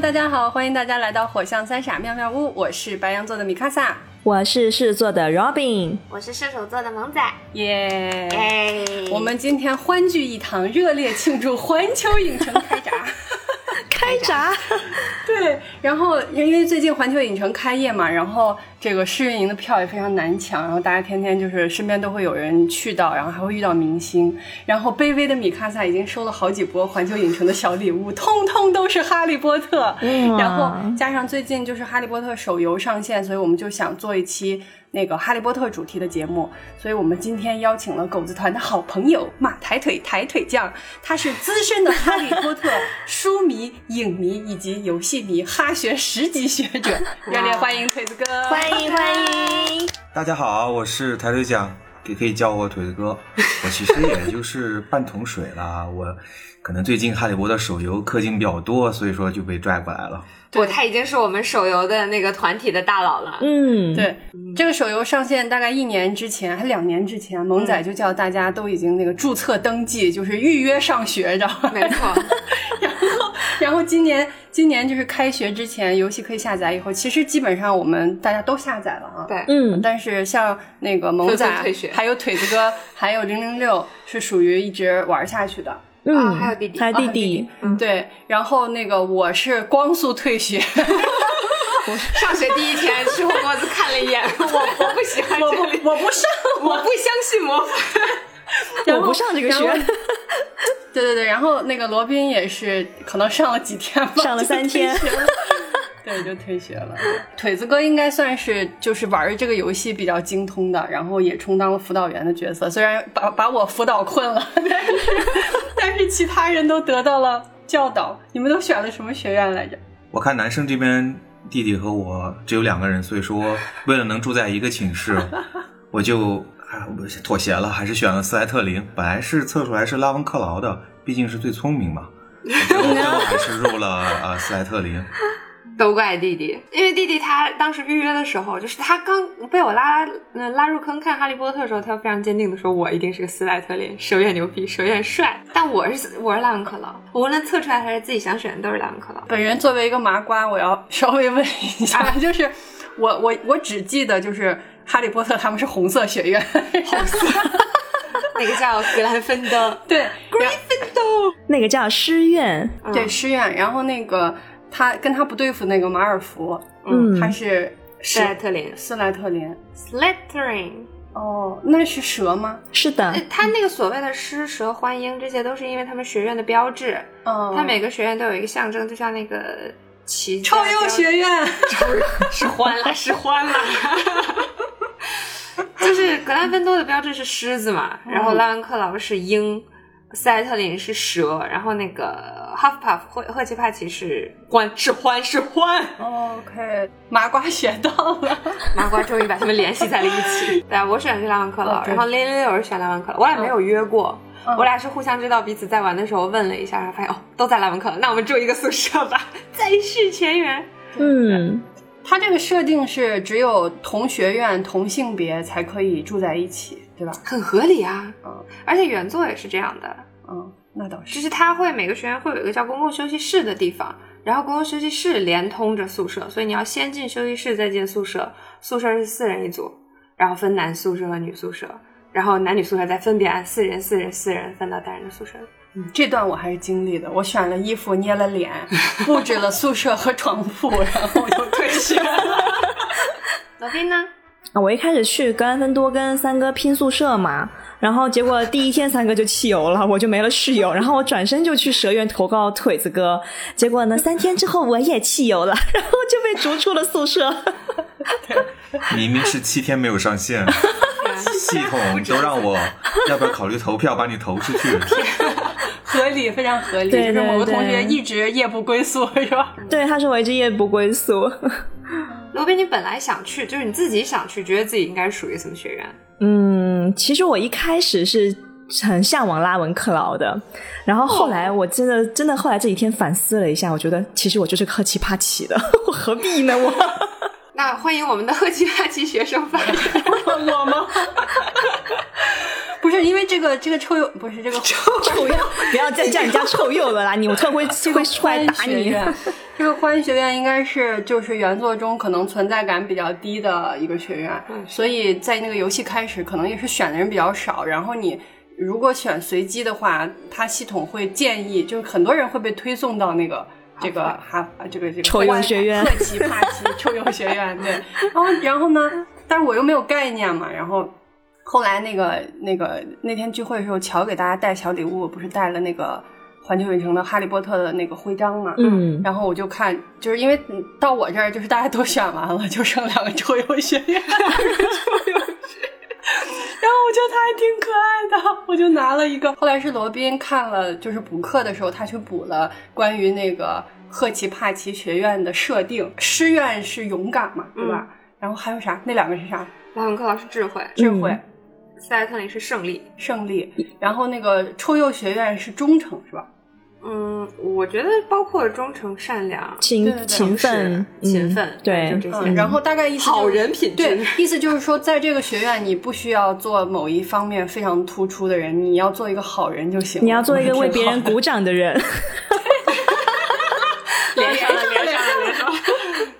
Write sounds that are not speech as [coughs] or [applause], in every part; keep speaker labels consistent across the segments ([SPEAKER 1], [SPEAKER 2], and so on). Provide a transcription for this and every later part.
[SPEAKER 1] 大家好，欢迎大家来到火象三傻妙妙屋，我是白羊座的米卡萨，
[SPEAKER 2] 我是狮子座的 Robin，
[SPEAKER 3] 我是射手座的萌仔，
[SPEAKER 1] 耶、
[SPEAKER 3] 哎，
[SPEAKER 1] 我们今天欢聚一堂，热烈庆祝环球影城开闸。
[SPEAKER 2] 开闸，
[SPEAKER 1] 对，然后因为最近环球影城开业嘛，然后这个试运营的票也非常难抢，然后大家天天就是身边都会有人去到，然后还会遇到明星，然后卑微的米卡萨已经收了好几波环球影城的小礼物，通通都是哈利波特，然后加上最近就是哈利波特手游上线，所以我们就想做一期。那个哈利波特主题的节目，所以我们今天邀请了狗子团的好朋友马抬腿抬腿酱，他是资深的哈利波特 [laughs] 书迷、影迷以及游戏迷，哈学十级学
[SPEAKER 3] [laughs]
[SPEAKER 1] 者，热烈欢迎腿子哥！
[SPEAKER 3] 哦欢迎欢 [laughs] 迎！
[SPEAKER 4] 大家好，我是抬腿酱，也可以叫我腿子哥。我其实也就是半桶水啦，我可能最近哈利波特手游氪金比较多，所以说就被拽过来了。
[SPEAKER 3] 不，他已经是我们手游的那个团体的大佬了。
[SPEAKER 2] 嗯，
[SPEAKER 1] 对，这个手游上线大概一年之前，还两年之前，萌
[SPEAKER 3] 嗯
[SPEAKER 1] 仔就叫大家都已经那个注册登记，就是预约上学，知道吗？
[SPEAKER 3] 没错，
[SPEAKER 1] 然后， [laughs] 然后今年今年就是开学之前，游戏可以下载以后，其实基本上我们大家都下载了啊。
[SPEAKER 3] 对 [laughs]
[SPEAKER 2] 嗯，
[SPEAKER 1] 但是像那个萌仔
[SPEAKER 3] 纷纷退学，
[SPEAKER 1] 还有腿子哥，还有零零六，是属于一直玩下去的。
[SPEAKER 2] 嗯，
[SPEAKER 3] 还有弟弟
[SPEAKER 2] 还有弟
[SPEAKER 1] 啊弟
[SPEAKER 2] 弟，
[SPEAKER 1] 对，然后那个我是光速退学，
[SPEAKER 3] 上学第一天去火锅子看了一眼，我我不喜欢
[SPEAKER 1] 我不
[SPEAKER 3] 这里，
[SPEAKER 1] 我不上，
[SPEAKER 3] 我不相信魔法。
[SPEAKER 1] 然
[SPEAKER 2] 我
[SPEAKER 1] 后
[SPEAKER 2] 不上这个学，
[SPEAKER 1] 然后对对对，然后那个罗宾也是可能上了几天吧，
[SPEAKER 2] 上了三天
[SPEAKER 1] 就退学了。对，就退学了。腿子哥应该算是就是玩这个游戏比较精通的，然后也充当了辅导员的角色。虽然把把我辅导困了，但是 [laughs] 但是其他人都得到了教导。你们都选了什么学院来着？
[SPEAKER 4] 我看男生这边弟弟和我只有两个人，所以说为了能住在一个寝室，我就哎我妥协了，还是选了斯莱特林。本来是测出来是拉文克劳的，毕竟是最聪明嘛，最后最后还是入了呃斯莱特林。
[SPEAKER 3] 都怪弟弟，因为弟弟他当时预约的时候，就是他刚被我拉呃拉入坑看《哈利波特》的时候，他非常坚定的说：“我一定是个斯莱特林，谁越牛逼谁越帅。”但我是我是拉文克劳，我无论测出来还是自己想选的都是拉文克劳。
[SPEAKER 1] 本人作为一个麻瓜，我要稍微问一
[SPEAKER 2] [laughs]
[SPEAKER 1] 下，就是我我我只记得就是哈利波特他们是红色学院， [laughs]
[SPEAKER 3] [laughs] 那个叫格兰芬多，
[SPEAKER 1] 对，然后
[SPEAKER 2] [laughs] 那个叫诗苑，
[SPEAKER 3] 嗯
[SPEAKER 1] 对，师院，然后那个他跟他不对付那个马尔福，
[SPEAKER 2] 嗯
[SPEAKER 1] 他是
[SPEAKER 3] 斯莱特林
[SPEAKER 1] 斯莱特林。
[SPEAKER 3] ，Slytherin。
[SPEAKER 1] 哦，那是蛇吗？
[SPEAKER 2] 是的
[SPEAKER 3] 呃，他那个所谓的狮蛇欢鹰，这些都是因为他们学院的标志，
[SPEAKER 1] 嗯，
[SPEAKER 3] 他每个学院都有一个象征，就像那个啊旗
[SPEAKER 1] 超优学院。
[SPEAKER 3] 是欢啦，是欢啦。 [laughs] 就是格兰芬多的标志是狮子嘛，然后拉文克劳是鹰，斯莱特林是蛇，然后那个哈夫帕夫赫赫奇帕奇是獾，是獾是獾。
[SPEAKER 1] 哦 OK，麻瓜学到了。 [laughs]
[SPEAKER 3] [laughs] 麻瓜终于把他们联系在了一起。对，啊我选的是拉文克劳
[SPEAKER 1] 哦，对
[SPEAKER 3] 然后零零六是选拉文克劳，我俩没有约过。
[SPEAKER 1] 嗯
[SPEAKER 3] 我俩是互相知道彼此在玩的时候问了一下，然后发现哦都在拉
[SPEAKER 1] [laughs]
[SPEAKER 3] 文克劳，那我们住一个宿舍吧，再世全员。
[SPEAKER 2] 嗯，
[SPEAKER 1] 他这个设定是只有同学院、同性别才可以住在一起，对吧？
[SPEAKER 3] 很合理啊
[SPEAKER 1] 嗯。
[SPEAKER 3] 而且原作也是这样的，
[SPEAKER 1] 嗯，那倒。
[SPEAKER 3] 就是是它会每个学院会有一个叫公共休息室的地方，然后公共休息室连通着宿舍，所以你要先进休息室再进宿舍，宿舍是四人一组，然后分男宿舍和女宿舍。然后男女宿舍再分别按四人、四人、四人分到单人的宿舍里。
[SPEAKER 1] 这段我还是经历的，我选了衣服，捏了脸，布置了宿舍和床铺，然后就退学 [laughs] 了。
[SPEAKER 3] 老斌呢？
[SPEAKER 2] 啊我一开始去格兰芬多跟三哥拼宿舍嘛，然后结果第一天三哥就弃游了，我就没了室友，然后我转身就去蛇院投靠腿子哥，结果呢，三天之后我也弃游了， [laughs] 然后就被逐出了宿舍。
[SPEAKER 4] 明明是七天没有上线，系统都让我要不要考虑投票把你投出去？
[SPEAKER 1] 合理，非常合理。就
[SPEAKER 2] 对
[SPEAKER 1] 是某个
[SPEAKER 2] 对
[SPEAKER 1] 同学
[SPEAKER 2] 对
[SPEAKER 1] 一直夜不归宿，是吧？
[SPEAKER 2] 对，他是我一直夜不归宿。
[SPEAKER 3] 罗宾，你本来想去，就是你自己想去，觉得自己应该属于什么学院？
[SPEAKER 2] 嗯，其实我一开始是很向往拉文克劳的，然后后
[SPEAKER 1] 哦
[SPEAKER 2] 来我真的、真的后来这几天反思了一下，我觉得其实我就是克奇帕奇的， [laughs] 我何必呢？我
[SPEAKER 3] 那欢迎我们的赫奇帕奇学生发言。
[SPEAKER 1] [laughs] 我吗？不是，因为这个这个臭鼬不是这
[SPEAKER 2] [laughs]
[SPEAKER 1] 个
[SPEAKER 2] 臭鼬，不要再叫人家臭鼬了啦！你我
[SPEAKER 1] [laughs]
[SPEAKER 2] 特会会出来打
[SPEAKER 1] 学
[SPEAKER 2] 你。
[SPEAKER 1] 院， [laughs] 这个欢学院应该是就是原作中可能存在感比较低的一个学院，
[SPEAKER 2] 嗯
[SPEAKER 1] 所以在那个游戏开始可能也是选的人比较少，然后你。如果选随机的话，它系统会建议，就是很多人会被推送到那个这个哈这个这个
[SPEAKER 2] 臭鼬学院
[SPEAKER 1] 特奇帕奇臭鼬学院对，然后然后呢，但是我又没有概念嘛，然后后来那个那个那天聚会的时候，乔给大家带小礼物，不是带了那个环球影城的《哈利波特》的那个徽章嘛？
[SPEAKER 2] 嗯，
[SPEAKER 1] 然后我就看，就是因为嗯到我这儿，就是大家都选完了，就剩两个臭鼬学院，两个臭鼬学院。然后我觉得他还挺可爱的，我就拿了一个。后来是罗宾看了，就是补课的时候，他去补了关于那个赫奇帕奇学院的设定。师院是勇敢嘛，对吧？然后还有啥？那两个是啥？
[SPEAKER 3] 拉文克劳是智慧，
[SPEAKER 1] 智慧、
[SPEAKER 2] 嗯
[SPEAKER 3] 斯莱特林是胜利。
[SPEAKER 1] 胜利，然后那个臭鼬学院是忠诚，是吧？
[SPEAKER 3] 嗯，我觉得包括忠诚、善良、
[SPEAKER 1] 对对
[SPEAKER 2] 勤
[SPEAKER 1] 对
[SPEAKER 2] 勤奋，
[SPEAKER 3] 是勤
[SPEAKER 2] 嗯
[SPEAKER 3] 奋，
[SPEAKER 2] 对
[SPEAKER 3] 就这些
[SPEAKER 1] 嗯，。然后大概意思就是
[SPEAKER 3] 好人品质
[SPEAKER 1] 对，嗯意思就是说，在这个学院，你不需要做某一方面非常突出的人，你要做一个好人就行了。
[SPEAKER 2] 你要做一个为别人
[SPEAKER 1] 挺好
[SPEAKER 2] 鼓掌
[SPEAKER 1] [laughs]
[SPEAKER 2] 的人。
[SPEAKER 3] 连上了，连上了，连上了。
[SPEAKER 1] 的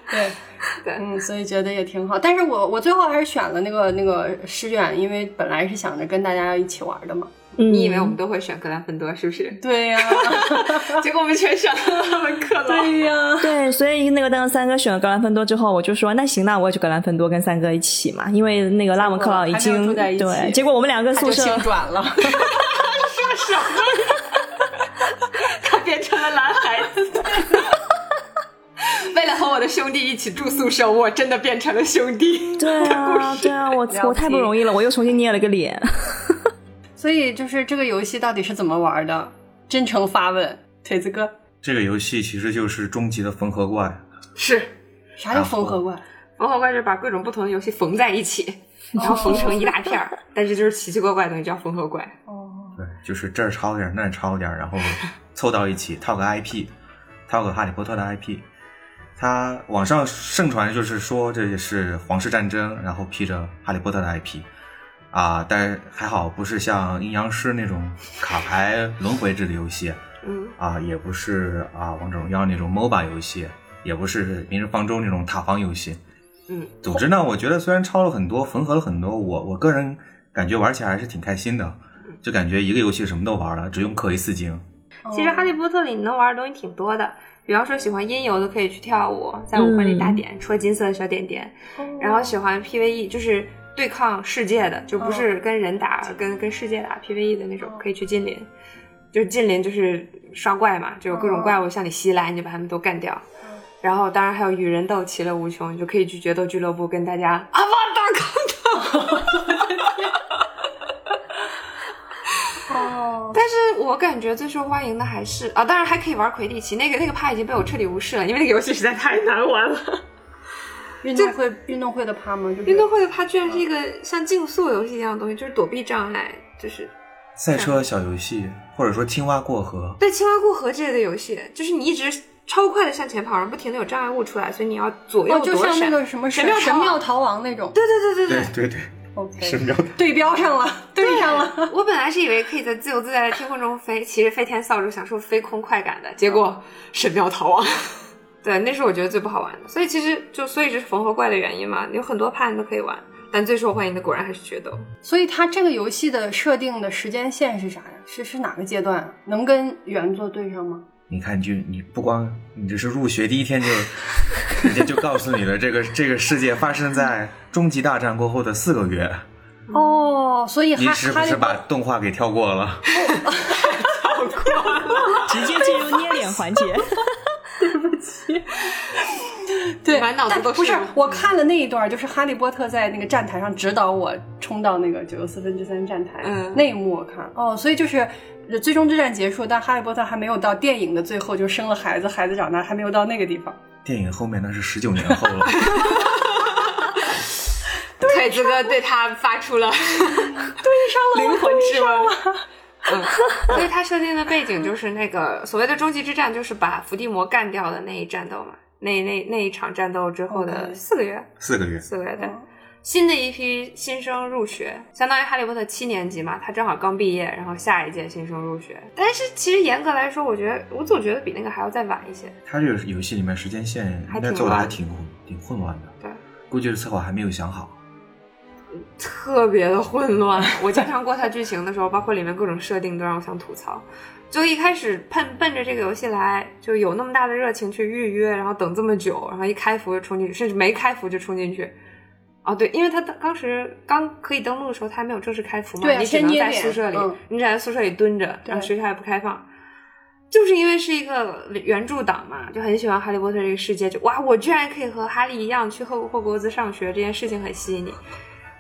[SPEAKER 1] [laughs] 对。
[SPEAKER 3] [laughs] 对
[SPEAKER 1] 嗯，所以觉得也挺好，但是我我最后还是选了那个那个师院，因为本来是想着跟大家一起玩的嘛。
[SPEAKER 2] 嗯
[SPEAKER 3] 你以为我们都会选格兰芬多是不是？
[SPEAKER 1] 对 [laughs] 呀、嗯
[SPEAKER 3] 结果我们全选了拉文克劳。
[SPEAKER 1] 对呀、
[SPEAKER 2] [laughs] 对，所以那个当三哥选了格兰芬多之后，我就说那行，那我也去格兰芬多跟三哥一起嘛，因为那个拉文克劳已
[SPEAKER 1] 还没有
[SPEAKER 2] 经
[SPEAKER 1] 住在一起
[SPEAKER 2] 对，结果我们两个
[SPEAKER 1] 他
[SPEAKER 2] 宿
[SPEAKER 1] 就
[SPEAKER 2] 舍
[SPEAKER 1] 性转
[SPEAKER 2] [laughs]
[SPEAKER 1] 了。
[SPEAKER 3] 他变成了蓝孩子。
[SPEAKER 1] [laughs]
[SPEAKER 3] 为了和我的兄弟一起住宿舍，我真的变成了兄 [laughs] 弟。
[SPEAKER 2] 对啊，对啊，
[SPEAKER 3] [laughs]
[SPEAKER 2] 我
[SPEAKER 1] 解
[SPEAKER 2] 我太不容易了，我又重新捏了个脸。
[SPEAKER 1] 所以就是这个游戏到底是怎么玩的？真诚发问，腿子哥，
[SPEAKER 4] 这个游戏其实就是终极的缝合怪，
[SPEAKER 3] 是，
[SPEAKER 1] 啥叫缝
[SPEAKER 2] 哦
[SPEAKER 1] 合怪？
[SPEAKER 3] 缝合怪是把各种不同的游戏缝在一起，然后缝成一大片儿。但是就是奇奇怪怪的东西叫缝合怪。
[SPEAKER 1] 哦，
[SPEAKER 4] 对，就是这儿抄点儿那儿抄点儿，然后凑到一起套个 IP，套个哈利波特的 IP。它网上盛传就是说这是皇室战争，然后披着哈利波特的 IP，啊，但是还好不是像阴阳师那种卡牌轮回制的游戏，
[SPEAKER 3] 嗯，
[SPEAKER 4] 啊，也不是啊王者荣耀那种 MOBA 游戏，也不是明日方舟那种塔防游戏。
[SPEAKER 3] 嗯，
[SPEAKER 4] 总之呢，我觉得虽然抄了很多，缝合了很多，我我个人感觉玩起来还是挺开心的，
[SPEAKER 1] 嗯
[SPEAKER 4] 就感觉一个游戏什么都玩了，只用氪一次金。
[SPEAKER 1] 哦
[SPEAKER 3] 其实《哈利波特》里你能玩的东西挺多的，比方说喜欢音游的可以去跳舞，在舞会里打点，戳金色的小点点。
[SPEAKER 1] 哦
[SPEAKER 3] 然后喜欢 PVE 就是对抗世界的，就不是跟人打，跟跟世界打 PVE 的那种，可以去近邻。就是近邻就是刷怪嘛，就有各种怪物向你袭来，你就把他们都干掉。然后当然还有与人斗，其乐无穷，你就可以去决斗俱乐部跟大家啊哇打抗斗。
[SPEAKER 1] 哦，
[SPEAKER 3] [laughs] 但是我感觉最受欢迎的还是啊，当然还可以玩魁地奇，那个那个趴已经被我彻底无视了，因为那个游戏实在太难玩了。
[SPEAKER 1] 运动会运动会的趴吗？就是
[SPEAKER 3] 运动会的趴居然是一个像竞速游戏一样的东西，就是躲避障碍，就是
[SPEAKER 4] 赛车小游戏，或者说青蛙过河，
[SPEAKER 3] 对青蛙过河之类的游戏，就是你一直超快的向前跑，然后不停的有障碍物出来，所以你要左右
[SPEAKER 1] 哦，
[SPEAKER 3] 躲
[SPEAKER 1] 就
[SPEAKER 3] 闪。
[SPEAKER 1] 像那个什么神
[SPEAKER 3] 神庙
[SPEAKER 1] 神
[SPEAKER 3] 逃
[SPEAKER 1] 庙啊逃亡那种。
[SPEAKER 3] 对对对对
[SPEAKER 4] 对对，
[SPEAKER 1] OK，
[SPEAKER 4] 标
[SPEAKER 1] 对标上 [laughs] 了，对啊上了。
[SPEAKER 3] 对，我本来是以为可以在自由自在的天空中飞，其实飞天扫帚享受飞空快感的，结果神庙逃亡。 [laughs] 对，那是我觉得最不好玩的。所以其实就所以这是缝合怪的原因嘛，有很多趴你都可以玩，但最受欢迎的果然还是决斗。
[SPEAKER 1] 所以它这个游戏的设定的时间线是啥呀？是是哪个阶段啊？能跟原作对上吗？
[SPEAKER 4] 你看就你不光你这是入学第一天就，人家就告诉你了，这个这个世界发生在终极大战过后的四个月，
[SPEAKER 1] 哦，所以
[SPEAKER 4] 你
[SPEAKER 1] 哈
[SPEAKER 4] 是
[SPEAKER 1] 哈
[SPEAKER 4] 不
[SPEAKER 1] 利
[SPEAKER 4] 是把
[SPEAKER 1] 波
[SPEAKER 4] 动画给跳过了？
[SPEAKER 2] 直接进入捏脸
[SPEAKER 3] [laughs]
[SPEAKER 2] 环节。
[SPEAKER 1] 对，
[SPEAKER 3] 满脑子
[SPEAKER 1] 但
[SPEAKER 3] 都是
[SPEAKER 1] 不是我看了那一段，就是哈利波特在那个站台上指导我冲到那个九又四分之三站台、
[SPEAKER 3] 嗯
[SPEAKER 1] 那一幕，我看哦，所以就是呃最终之战结束，但哈利波特还没有到电影的最后就生了孩子，孩子长大还没有到那个地方。
[SPEAKER 4] 电影后面那是十九年后
[SPEAKER 3] [laughs]
[SPEAKER 4] 了，
[SPEAKER 3] 腿子哥对他发出了对 [laughs] 上了灵魂质问。嗯， [laughs] 所以他设定的背景就是那个所谓的终极之战，就是把伏地魔干掉的那一战斗嘛，那那那一场战斗之后的
[SPEAKER 1] OK
[SPEAKER 3] 四个月，
[SPEAKER 4] 四个月。
[SPEAKER 3] 四个月对。新的一批新生入学，相当于哈利波特七年级嘛，他正好刚毕业，然后下一届新生入学。但是其实严格来说，我觉得我总觉得比那个还要再晚一些。
[SPEAKER 4] 他这个游戏里面时间线
[SPEAKER 3] 还
[SPEAKER 4] 应该
[SPEAKER 3] 挺
[SPEAKER 4] 做的还
[SPEAKER 3] 乱
[SPEAKER 4] 挺混挺混乱的，
[SPEAKER 3] 对，
[SPEAKER 4] 估计是策划还没有想好。
[SPEAKER 3] 特别的
[SPEAKER 1] [laughs]
[SPEAKER 3] 混乱。我经常过它剧情的时候，包括里面各种设定，都让我想吐槽。就一开始奔奔着这个游戏来，就有那么大的热情去预约，然后等这么久，然后一开服就冲进去，甚至没开服就冲进去。哦，对，因为他当当时刚可以登录的时候，他还没有正式开服嘛，
[SPEAKER 1] 对啊
[SPEAKER 3] 你只
[SPEAKER 1] 先
[SPEAKER 3] 能
[SPEAKER 1] 捏
[SPEAKER 3] 在
[SPEAKER 1] 脸
[SPEAKER 3] 宿舍里，
[SPEAKER 1] 嗯
[SPEAKER 3] 你只能在宿舍里蹲着，然后
[SPEAKER 1] 对
[SPEAKER 3] 学校也不开放。就是因为是一个原著党嘛，就很喜欢哈利波特这个世界，就哇，我居然可以和哈利一样去霍霍格沃兹上学，这件事情很吸引你。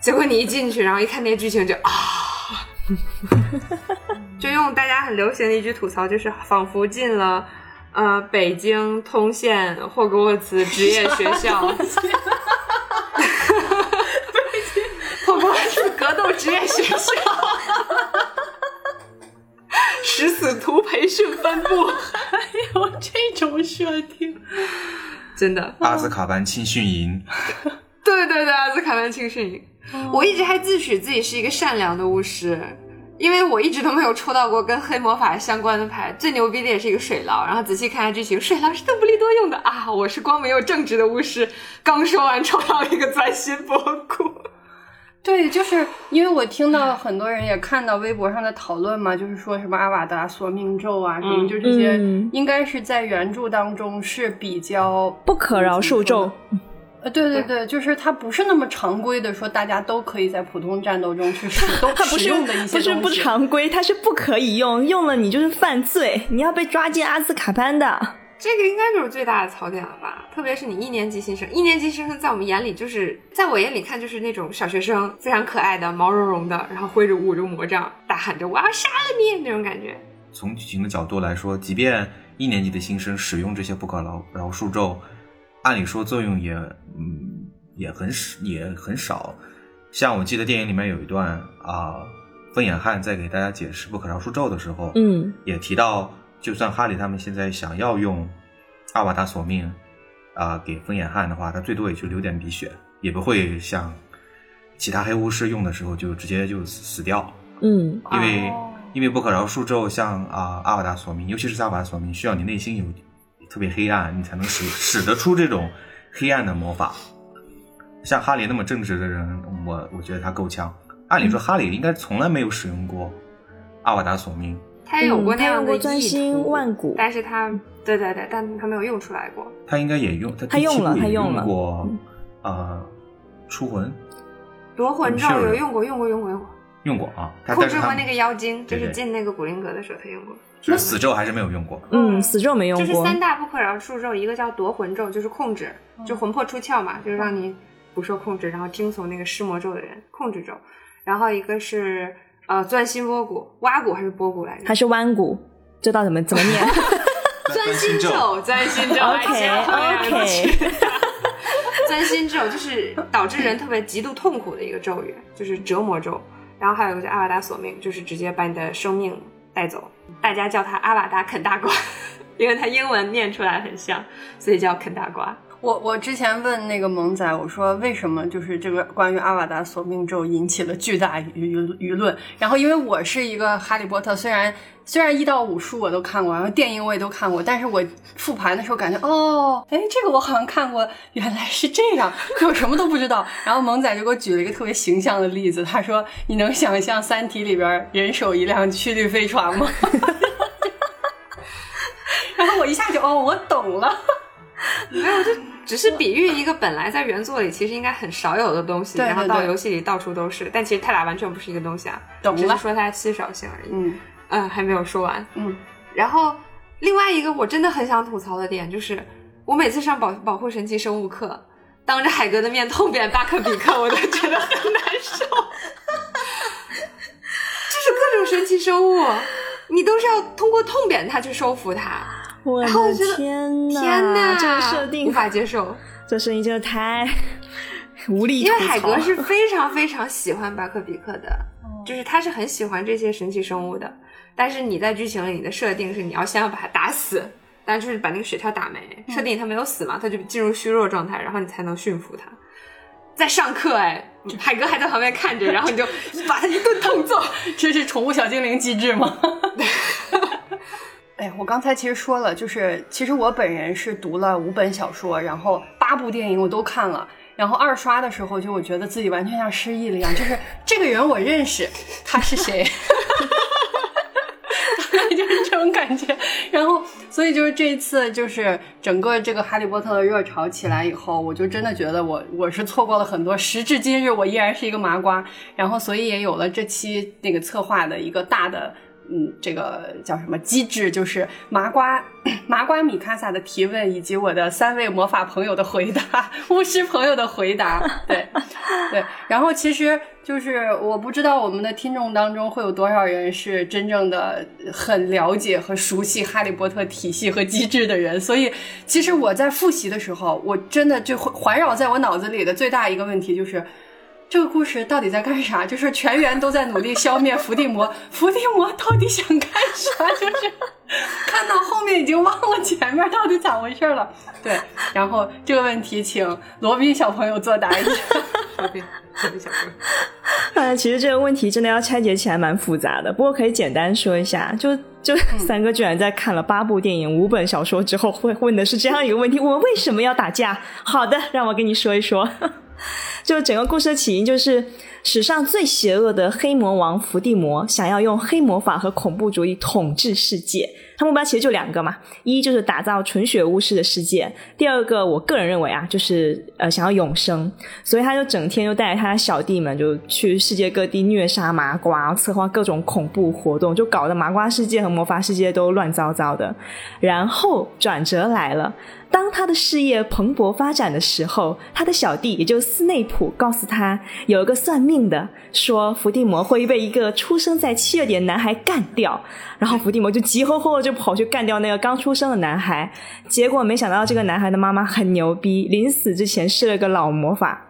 [SPEAKER 3] 结果你一进去，然后一看那剧情就啊，就用大家很流行的一句吐槽，就是仿佛进了呃北京通县霍格沃茨职业学
[SPEAKER 1] [laughs]
[SPEAKER 3] 校，霍格沃茨格斗职业学校。食死徒培训分部，
[SPEAKER 1] [laughs] 有这种设定，
[SPEAKER 3] 真的，
[SPEAKER 4] 阿兹卡班青训营， [laughs]
[SPEAKER 3] [laughs] 对对对，阿兹卡班青训营。我一直还自诩自己是一个善良的巫师，因为我一直都没有抽到过跟黑魔法相关的牌。最牛逼的也是一个水牢，然后仔细看下剧情，水牢是邓布利多用的啊！我是光明又正直的巫师。刚说完，抽到了一个钻心博古。
[SPEAKER 1] 对，就是因为我听到很多人也看到微博上的讨论嘛，就是说什么阿瓦达索命咒啊，什么、
[SPEAKER 3] 嗯
[SPEAKER 1] 就这些，
[SPEAKER 2] 嗯
[SPEAKER 1] 应该是在原著当中是比较
[SPEAKER 2] 不可饶恕咒，
[SPEAKER 1] 呃，对对对，就是它不是那么常规的说大家都可以在普通战斗中去使用
[SPEAKER 2] 它不
[SPEAKER 1] 使
[SPEAKER 2] 是
[SPEAKER 1] 用的一些
[SPEAKER 2] 不是
[SPEAKER 1] 东
[SPEAKER 2] 不
[SPEAKER 1] 西
[SPEAKER 2] 常规，它是不可以用，用了你就是犯罪，你要被抓进阿兹卡班的。
[SPEAKER 3] 这个应该就是最大的槽点了吧？特别是你一年级新生，一年级新生在我们眼里就是，在我眼里看就是那种小学生，非常可爱的，毛茸茸的，然后挥着舞着魔杖，大喊着“我要杀了你”那种感觉。
[SPEAKER 4] 从剧情的角度来说，即便一年级的新生使用这些不可饶饶恕咒，按理说作用也嗯也很少也很少。像我记得电影里面有一段啊，凤眼汉在给大家解释不可饶恕咒的时候，
[SPEAKER 2] 嗯，
[SPEAKER 4] 也提到，就算哈利他们现在想要用阿瓦达索命啊、给风眼汉的话，他最多也就流点鼻血，也不会像其他黑巫师用的时候就直接就死死掉，
[SPEAKER 2] 嗯，
[SPEAKER 4] 因为、
[SPEAKER 1] 哦
[SPEAKER 4] 因为不可饶恕咒像啊、阿瓦达索命，尤其是阿瓦达索命，需要你内心有特别黑暗，你才能使使得出这种黑暗的魔法。像哈利那么正直的人，我我觉得他够呛。按理说，哈利应该从来没有使用过阿瓦达索命。
[SPEAKER 3] 他也有过
[SPEAKER 2] 嗯
[SPEAKER 3] 那样
[SPEAKER 2] 他用
[SPEAKER 3] 的
[SPEAKER 2] 过
[SPEAKER 3] 意
[SPEAKER 2] 专心
[SPEAKER 3] 图
[SPEAKER 2] 万古
[SPEAKER 3] 但是他对对对，但他没有用出来过。
[SPEAKER 4] 他应该也用，他
[SPEAKER 2] 他用了
[SPEAKER 4] 第七部
[SPEAKER 2] 他
[SPEAKER 4] 也
[SPEAKER 2] 用了嗯
[SPEAKER 4] 过，呃，出魂
[SPEAKER 3] 夺魂咒
[SPEAKER 4] 是
[SPEAKER 3] 有用过，用过，用过，用过，
[SPEAKER 4] 用过啊，他
[SPEAKER 3] 控
[SPEAKER 4] 但是
[SPEAKER 3] 制过
[SPEAKER 4] 他
[SPEAKER 3] 那个妖精，就
[SPEAKER 4] 对
[SPEAKER 3] 是
[SPEAKER 4] 对
[SPEAKER 3] 进那个古灵阁的时候他用过。
[SPEAKER 4] 就是死咒还是没有用
[SPEAKER 3] [laughs]
[SPEAKER 4] 过。
[SPEAKER 2] 嗯，死咒没用
[SPEAKER 3] 就是
[SPEAKER 2] 过。哦
[SPEAKER 3] 三大不可饶恕咒，一个叫夺魂咒，就是控制，就魂魄出窍嘛，就是让
[SPEAKER 2] 嗯
[SPEAKER 3] 你不受控制，然后听从那个施魔咒的人控制咒。然后一个是呃钻心波骨，挖骨还是波骨来着？
[SPEAKER 2] 还是弯骨，这道怎么怎么
[SPEAKER 3] [laughs]
[SPEAKER 2] 念
[SPEAKER 3] 钻心
[SPEAKER 4] 哦
[SPEAKER 3] 咒，钻心
[SPEAKER 2] [laughs]
[SPEAKER 3] 咒
[SPEAKER 2] OK，
[SPEAKER 3] [laughs] 哎这个
[SPEAKER 2] OK
[SPEAKER 3] [laughs] 钻心咒就是导致人特别极度痛苦的一个咒语，就是折磨咒。然后还有一个叫阿瓦达索命，就是直接把你的生命带走。 [laughs] 大家叫它阿瓦达啃大瓜，因为它英文念出来很像，所以叫啃大瓜。
[SPEAKER 1] 我我之前问那个萌仔，我说为什么就是这个关于阿瓦达索命咒引起了巨大舆舆论，然后因为我是一个哈利波特，虽然虽然一到五书我都看过，然后电影我也都看过，但是我复盘的时候感觉哦，哎，这个我好像看过，原来是这样，就我什么都不知道。然后萌仔就给我举了一个特别形象的例子，他说你能想象《三体》里边人手一辆曲率飞船吗？ [laughs] 然后我一下就哦，我懂了。
[SPEAKER 3] 只是比喻一个本来在原作里其实应该很少有的东西，
[SPEAKER 1] 对对
[SPEAKER 3] 然后到
[SPEAKER 1] 对
[SPEAKER 3] 游戏里到处都是，但其实它俩完全不是一个东西啊，
[SPEAKER 1] [laughs] 懂
[SPEAKER 3] 只是
[SPEAKER 1] 了
[SPEAKER 3] 说它稀少性而已。
[SPEAKER 1] 嗯
[SPEAKER 3] 嗯，还没有说完。
[SPEAKER 1] 嗯。
[SPEAKER 3] 然后另外一个我真的很想吐槽的点就是，我每次上保保护神奇生物课，当着海哥的面痛扁巴克比克，我都觉得很难受。就是各种神奇生物，你都是要通过痛扁它去收服它。
[SPEAKER 2] [laughs] 我
[SPEAKER 3] 然后我觉
[SPEAKER 2] 的
[SPEAKER 3] 得
[SPEAKER 2] 天呐，
[SPEAKER 3] 天呐，
[SPEAKER 2] 这个设
[SPEAKER 3] 无
[SPEAKER 2] 定，
[SPEAKER 3] 法接受。
[SPEAKER 2] 这设定真的太无力吐
[SPEAKER 3] 因
[SPEAKER 2] 槽
[SPEAKER 3] 为
[SPEAKER 2] 了。
[SPEAKER 3] 海格是非常非常喜欢巴克比克的，
[SPEAKER 2] 嗯
[SPEAKER 3] 就是他是很喜欢这些神奇生物的。但是你在剧情里，你的设定是你要先要把它打死，但就是
[SPEAKER 2] 嗯
[SPEAKER 3] 把那个血条打没。设定他没有死嘛，他就进入虚弱状态，然后你才能驯服他。在上课哎，海哥还在旁边看着，然后你就把他一顿
[SPEAKER 2] [laughs]
[SPEAKER 3] 痛揍。
[SPEAKER 1] 这是宠物小精灵机制吗？哎，我刚才其实说了，就是其实我本人是读了五本小说，然后八部电影我都看了。然后二刷的时候，就我觉得自己完全像失忆了一样，就是这个人我认识，他是谁？ [laughs] 就是这种感觉。然后，所以就是这一次，就是整个这个《哈利波特》的热潮起来以后，我就真的觉得我我是错过了很多，时至今日我依然是一个麻瓜。然后，所以也有了这期那个策划的一个大的。嗯，这个叫什么机制？就是麻瓜 [coughs] 麻瓜米卡萨的提问，以及我的三位魔法朋友的回答，巫师朋友的回答，对 [laughs] 对。然后其实就是我不知道我们的听众当中会有多少人是真正的很了解和熟悉哈利波特体系和机制的人，所以其实我在复习的时候，我真的就会环绕在我脑子里的最大一个问题就是。这个故事到底在干啥？就是全员都在努力消灭伏地魔，伏地魔到底想干啥？就是 [laughs] 看到后面已经忘了前面到底咋回事了。对，然后这个问题请罗宾小朋友作答一下。
[SPEAKER 3] 罗宾，罗宾小朋友。
[SPEAKER 2] [laughs] 哎，其实这个问题真的要拆解起来蛮复杂的，不过可以简单说一下，就就三哥居然在看了八部电影、五本小说之后，会问的是这样一个问题：我们为什么要打架？好的，让我跟你说一说。 [laughs] 就整个故事的起因，就是史上最邪恶的黑魔王伏地魔想要用黑魔法和恐怖主义统治世界。他目标其实就两个嘛，一就是打造纯血巫师的世界，第二个我个人认为啊，就是呃想要永生。所以他就整天就带着他的小弟们就去世界各地虐杀麻瓜，策划各种恐怖活动，就搞得麻瓜世界和魔法世界都乱糟糟的。然后转折来了。当他的事业蓬勃发展的时候，他的小弟也就斯内普告诉他，有一个算命的说伏地魔会被一个出生在七月点男孩干掉，然后伏地魔就急吼吼的就跑去干掉那个刚出生的男孩，结果没想到这个男孩的妈妈很牛逼，临死之前施了个老魔法。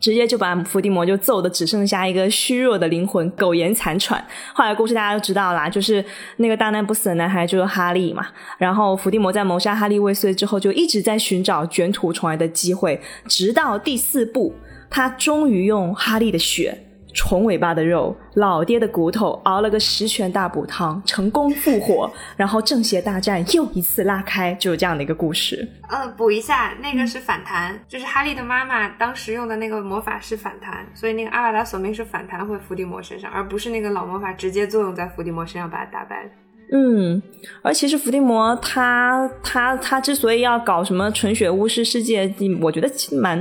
[SPEAKER 2] 直接就把伏地魔就揍的只剩下一个虚弱的灵魂，苟延残喘。后来故事大家都知道啦，就是那个大难不死的男孩就是哈利嘛。然后伏地魔在谋杀哈利未遂之后，就一直在寻找卷土重来的机会，直到第四部，他终于用哈利的血、虫尾巴的肉、老爹的骨头熬了个十全大补汤，成功复活，然后正邪大战又一次拉开，就是这样的一个故事。
[SPEAKER 3] 呃，补一下，那个是反弹，就是哈利的妈妈当时用的那个魔法是反弹，所以那个阿瓦达索命是反弹回伏地魔身上，而不是那个老魔法直接作用在伏地魔身上把他打败的。
[SPEAKER 2] 嗯，而其实伏地魔他他他之所以要搞什么纯血巫师世界，我觉得其实蛮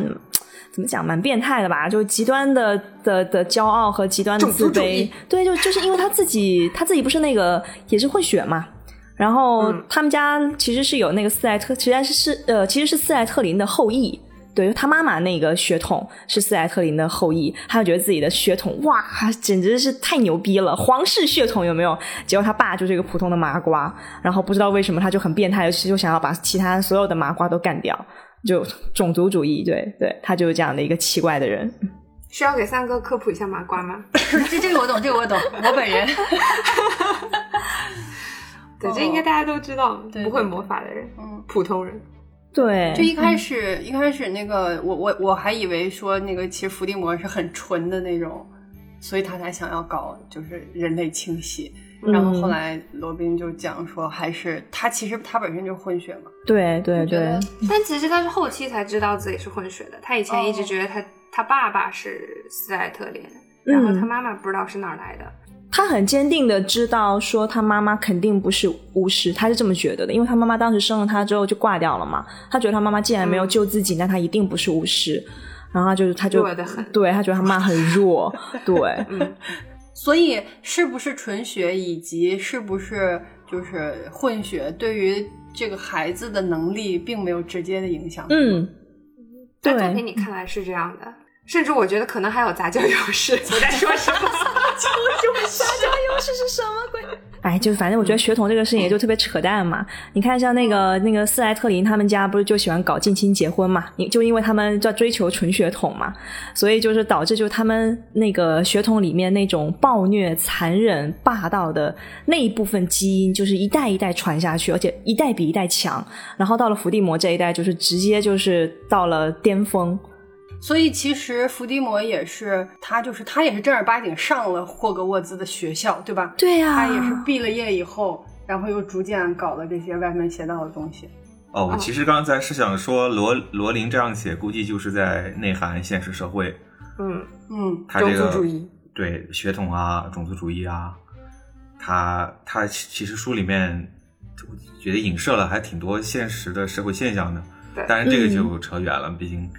[SPEAKER 2] 怎么讲，蛮变态的吧？就极端的的的骄傲和极端的自
[SPEAKER 3] 种族主
[SPEAKER 2] 卑
[SPEAKER 3] 义。
[SPEAKER 2] 对，就就是因为他自己他自己不是那个也是混血嘛，然后
[SPEAKER 3] 嗯
[SPEAKER 2] 他们家其实是有那个斯莱特，其实是是呃，其实是斯莱特林的后裔。对他妈妈那个血统是斯莱特林的后裔，他就觉得自己的血统哇，简直是太牛逼了，皇室血统有没有？结果他爸就是一个普通的麻瓜，然后不知道为什么他就很变态，就想要把其他所有的麻瓜都干掉，就种族主义。对对，他就是这样的一个奇怪的人。
[SPEAKER 3] 需要给三哥科普一下麻瓜 [laughs] 吗？
[SPEAKER 1] [laughs] 这这个我懂，这个我懂，我本人。
[SPEAKER 3] 对，
[SPEAKER 1] 哦
[SPEAKER 3] 这应该大家都知道，
[SPEAKER 1] 对
[SPEAKER 3] 不会魔法的人，
[SPEAKER 1] [laughs] 嗯
[SPEAKER 3] 普通人。
[SPEAKER 2] 对，
[SPEAKER 1] 就一开始，一开始那个我我我还以为说那个其实伏地魔是很纯的那种，所以他才想要搞就是人类清洗。然后后来罗宾就讲说，还是他其实他本身就是混血嘛，
[SPEAKER 2] 对对
[SPEAKER 1] 我觉
[SPEAKER 2] 对
[SPEAKER 1] 得，
[SPEAKER 3] 但其实他是后期才知道自己是混血的，他以前一直
[SPEAKER 1] 哦
[SPEAKER 3] 觉得他、他爸爸是斯莱特林，然
[SPEAKER 2] 嗯
[SPEAKER 3] 后他妈妈不知道是哪儿来的。 [laughs]
[SPEAKER 2] 他很坚定的知道说他妈妈肯定不是巫师，他是这么觉得的，因为他妈妈当时生了他之后就挂掉了嘛，他觉得他妈妈既然没有救自己，那他一定不是巫师，然后他就他就
[SPEAKER 3] 弱得很
[SPEAKER 2] 对他觉得他妈很弱，对，
[SPEAKER 3] 嗯，
[SPEAKER 1] 所以是不是纯血以及是不是就是混血，对于这个孩子的能力并没有直接的影响。，
[SPEAKER 2] 嗯，
[SPEAKER 3] 在作
[SPEAKER 2] 对
[SPEAKER 3] 品，里看来是这样的，甚至我觉得可能还有杂交优势。我在说什 [laughs] 么？
[SPEAKER 2] 撒娇优势是什么鬼？ [laughs] 哎，就反正我觉得血统这个事情也就特别扯淡嘛。你看像那个那个斯莱特林他们家不是就喜欢搞近亲结婚嘛？你就因为他们在追求纯血统嘛，所以就是导致就是他们那个血统里面那种暴虐、残忍、霸道的那一部分基因，就是一代一代传下去，而且一代比一代强。然后到了伏地魔这一代，就是直接就是到了巅峰。
[SPEAKER 1] 所以其实伏地魔也是他，就是他也是正儿八经上了霍格沃兹的学校，对啊吧？
[SPEAKER 2] 对呀、
[SPEAKER 1] 他也是毕了业以后，然后又逐渐搞了这些歪门邪道的东西。
[SPEAKER 4] 哦，我其实刚才是想说罗罗琳这样写，估计就是在内涵现实社会，
[SPEAKER 3] 嗯，
[SPEAKER 1] 嗯，
[SPEAKER 4] 他
[SPEAKER 3] 种
[SPEAKER 4] 这
[SPEAKER 3] 族
[SPEAKER 4] 个
[SPEAKER 3] 主义，
[SPEAKER 4] 对血统啊、种族主义啊，他他其其实书里面我觉得影射了还挺多现实的社会现象的
[SPEAKER 3] 对，
[SPEAKER 4] 当然这
[SPEAKER 2] 嗯
[SPEAKER 4] 个就扯远了，毕竟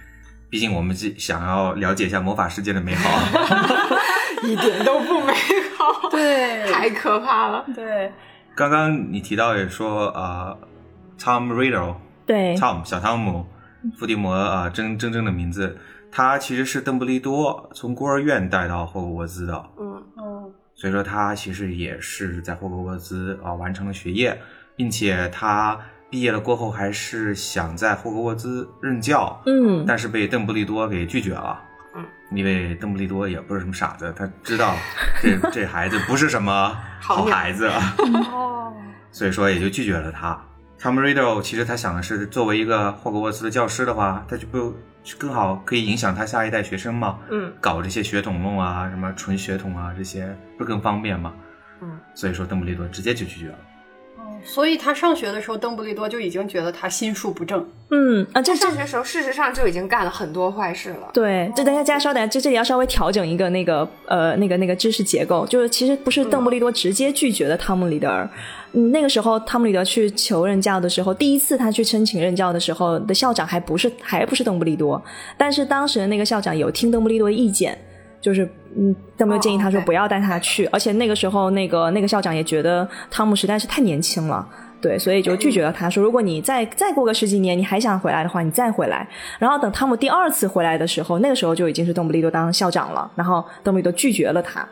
[SPEAKER 4] 毕竟我们是想要了解一下魔法世界的
[SPEAKER 2] [laughs]
[SPEAKER 4] 美好。
[SPEAKER 3] 一点都不美 [laughs] 好，
[SPEAKER 1] 对
[SPEAKER 3] 太可怕了。
[SPEAKER 1] 对，
[SPEAKER 4] 刚刚你提到也说啊、呃、，Tom Riddle
[SPEAKER 2] 对，
[SPEAKER 4] Tom 小汤姆，伏地魔啊、真真正的名字，他其实是邓布利多从孤儿院带到霍格沃兹的，
[SPEAKER 3] 嗯，
[SPEAKER 1] 嗯
[SPEAKER 4] 所以说他其实也是在霍格沃兹啊、完成了学业，并且他毕业了过后还是想在霍格沃兹任教，
[SPEAKER 2] 嗯，
[SPEAKER 4] 但是被邓布利多给拒绝了。
[SPEAKER 3] 嗯，
[SPEAKER 4] 因为邓布利多也不是什么傻子，他知道这 [laughs] 这孩子不是什么好孩子。
[SPEAKER 1] 哦，
[SPEAKER 4] 所以说也就拒绝了他。Tom Riddle 其实他想的是，作为一个霍格沃兹的教师的话，他就不更好可以影响他下一代学生嘛？
[SPEAKER 3] 嗯，
[SPEAKER 4] 搞这些血统论啊，什么纯血统啊这些，不是更方便吗？
[SPEAKER 3] 嗯，
[SPEAKER 4] 所以说邓布利多直接就拒绝了。
[SPEAKER 1] 嗯所以他上学的时候，邓布利多就已经觉得他心术不正。
[SPEAKER 2] 嗯啊，这
[SPEAKER 3] 他
[SPEAKER 2] 这
[SPEAKER 3] 上学时候事实上就已经干了很多坏事了。
[SPEAKER 2] 对，这大家家稍等，这这里要稍微调整一个那个呃那个那个知识结构，就是其实不是邓布利多直接拒绝的汤姆里德尔，嗯，那个时候汤姆里德去求任教的时候，第一次他去申请任教的时候的校长还不是还不是邓布利多，但是当时那个校长有听邓布利多的意见。就是，嗯，邓布利多建议他说
[SPEAKER 3] 哦对
[SPEAKER 2] 不要带他去，而且那个时候，那个那个校长也觉得汤姆实在是太年轻了，对，所以就拒绝了他，说如果你再再过个十几年，你还想回来的话，你再回来。然后等汤姆第二次回来的时候，那个时候就已经是邓布利多当校长了，然后邓布利多拒绝了他，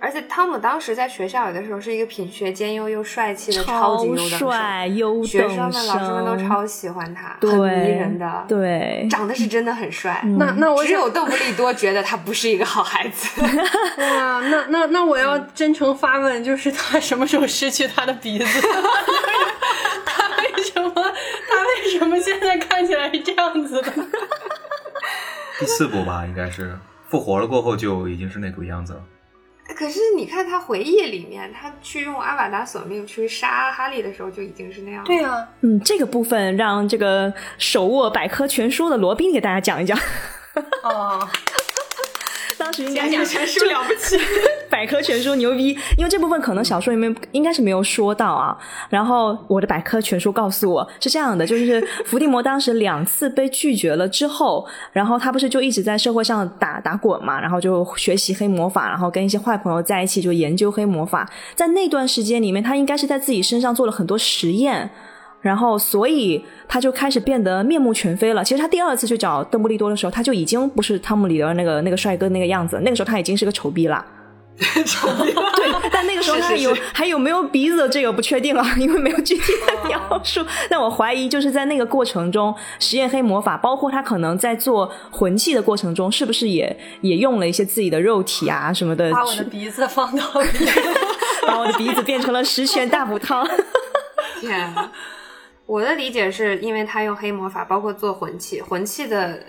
[SPEAKER 3] 而且汤姆当时在学校有的时候是一个品学兼优又帅气的超级优等生，
[SPEAKER 2] 帅优等
[SPEAKER 3] 学生们、老师们都
[SPEAKER 2] 生
[SPEAKER 3] 超喜欢他，
[SPEAKER 2] 对
[SPEAKER 3] 很迷人的，，
[SPEAKER 2] 对，
[SPEAKER 3] 长得是真的很帅。
[SPEAKER 2] 嗯
[SPEAKER 1] 那那我
[SPEAKER 3] 只
[SPEAKER 1] 想
[SPEAKER 3] 有邓布利多觉得他不是一个好孩 [laughs] 子，
[SPEAKER 1] 哇，那那那我要真诚发问，就是他什么时候失去他的 [laughs] 鼻子？他为什么他为什么现在看起来是这样子的？
[SPEAKER 4] 第四部吧，应该是复活了过后就已经是那个样子了。
[SPEAKER 3] 可是你看他回忆里面，他去用阿瓦达索命去杀哈利的时候就已经是那样了。
[SPEAKER 1] 对啊，
[SPEAKER 2] 嗯，这个部分让这个手握百科全书的罗宾给大家讲一讲，
[SPEAKER 1] 哦，
[SPEAKER 2] 当时应该
[SPEAKER 3] 讲
[SPEAKER 2] 是
[SPEAKER 3] 讲全书了不起，
[SPEAKER 2] 百科全书牛逼，因为这部分可能小说里面应该是没有说到啊。然后我的百科全书告诉我是这样的，就是伏地魔当时两次被拒绝了之后，然后他不是就一直在社会上打打滚嘛，然后就学习黑魔法，然后跟一些坏朋友在一起就研究黑魔法。在那段时间里面，他应该是在自己身上做了很多实验。然后，所以他就开始变得面目全非了。其实他第二次去找邓布利多的时候，他就已经不是汤姆里德那个那个帅哥那个样子，那个时候他已经是个丑逼了。
[SPEAKER 1] [laughs]
[SPEAKER 2] 对， [laughs] 但那个时候
[SPEAKER 3] 是
[SPEAKER 2] 他
[SPEAKER 3] 是
[SPEAKER 2] 有
[SPEAKER 3] 是
[SPEAKER 2] 还有没有鼻子，这个不确定啊， [laughs] 因为没有具体的描述。但我怀疑，就是在那个过程中，实验黑魔法，包括他可能在做魂器的过程中，是不是也也用了一些自己的肉体啊什么
[SPEAKER 1] [laughs]
[SPEAKER 2] 的，
[SPEAKER 1] 把我的
[SPEAKER 2] 去
[SPEAKER 1] 鼻子放到了鼻子
[SPEAKER 2] 把我的鼻子变成了十全大补汤。
[SPEAKER 3] 天啊！我的理解是因为他用黑魔法，包括做魂器，魂器的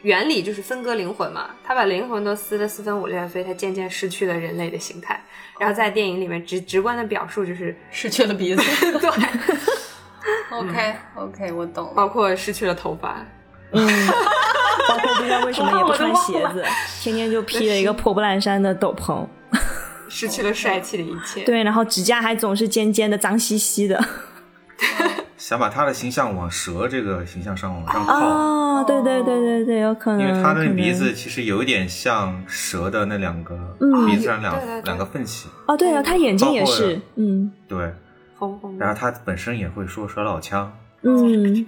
[SPEAKER 3] 原理就是分割灵魂嘛，他把灵魂都撕得四分五裂所以他渐渐失去了人类的形态。然后在电影里面直直观的表述就是， [laughs]
[SPEAKER 1] 失去了 [laughs] 鼻子。
[SPEAKER 3] 对，
[SPEAKER 1] OK OK，我懂了。
[SPEAKER 3] 包括失去了头发，
[SPEAKER 2] 嗯，包括 [laughs] 不知道为什么也不穿鞋
[SPEAKER 1] 我都忘
[SPEAKER 2] 子，天天就披着一个破破烂衫的斗篷，
[SPEAKER 3] 失去了帅气的一切。，
[SPEAKER 2] 对，然后指甲还总是尖尖的、脏兮兮的。
[SPEAKER 4] 想把他的形象往蛇这个形象上往上靠，
[SPEAKER 2] [laughs] 哦，对对对对对，有可能，
[SPEAKER 4] 因为他的
[SPEAKER 2] 可
[SPEAKER 4] 那鼻
[SPEAKER 2] 能
[SPEAKER 4] 子其实有一点像蛇的那两个、
[SPEAKER 2] 嗯
[SPEAKER 4] 鼻子上两
[SPEAKER 3] 对对对
[SPEAKER 4] 两个缝隙，
[SPEAKER 2] 哦，对啊，他眼睛
[SPEAKER 4] 包
[SPEAKER 2] 也
[SPEAKER 4] 括
[SPEAKER 2] 是
[SPEAKER 4] 了，
[SPEAKER 2] 嗯
[SPEAKER 4] 对。
[SPEAKER 3] 红红
[SPEAKER 4] 然后
[SPEAKER 3] 的。
[SPEAKER 4] 他本身也会说舌老腔，
[SPEAKER 2] 嗯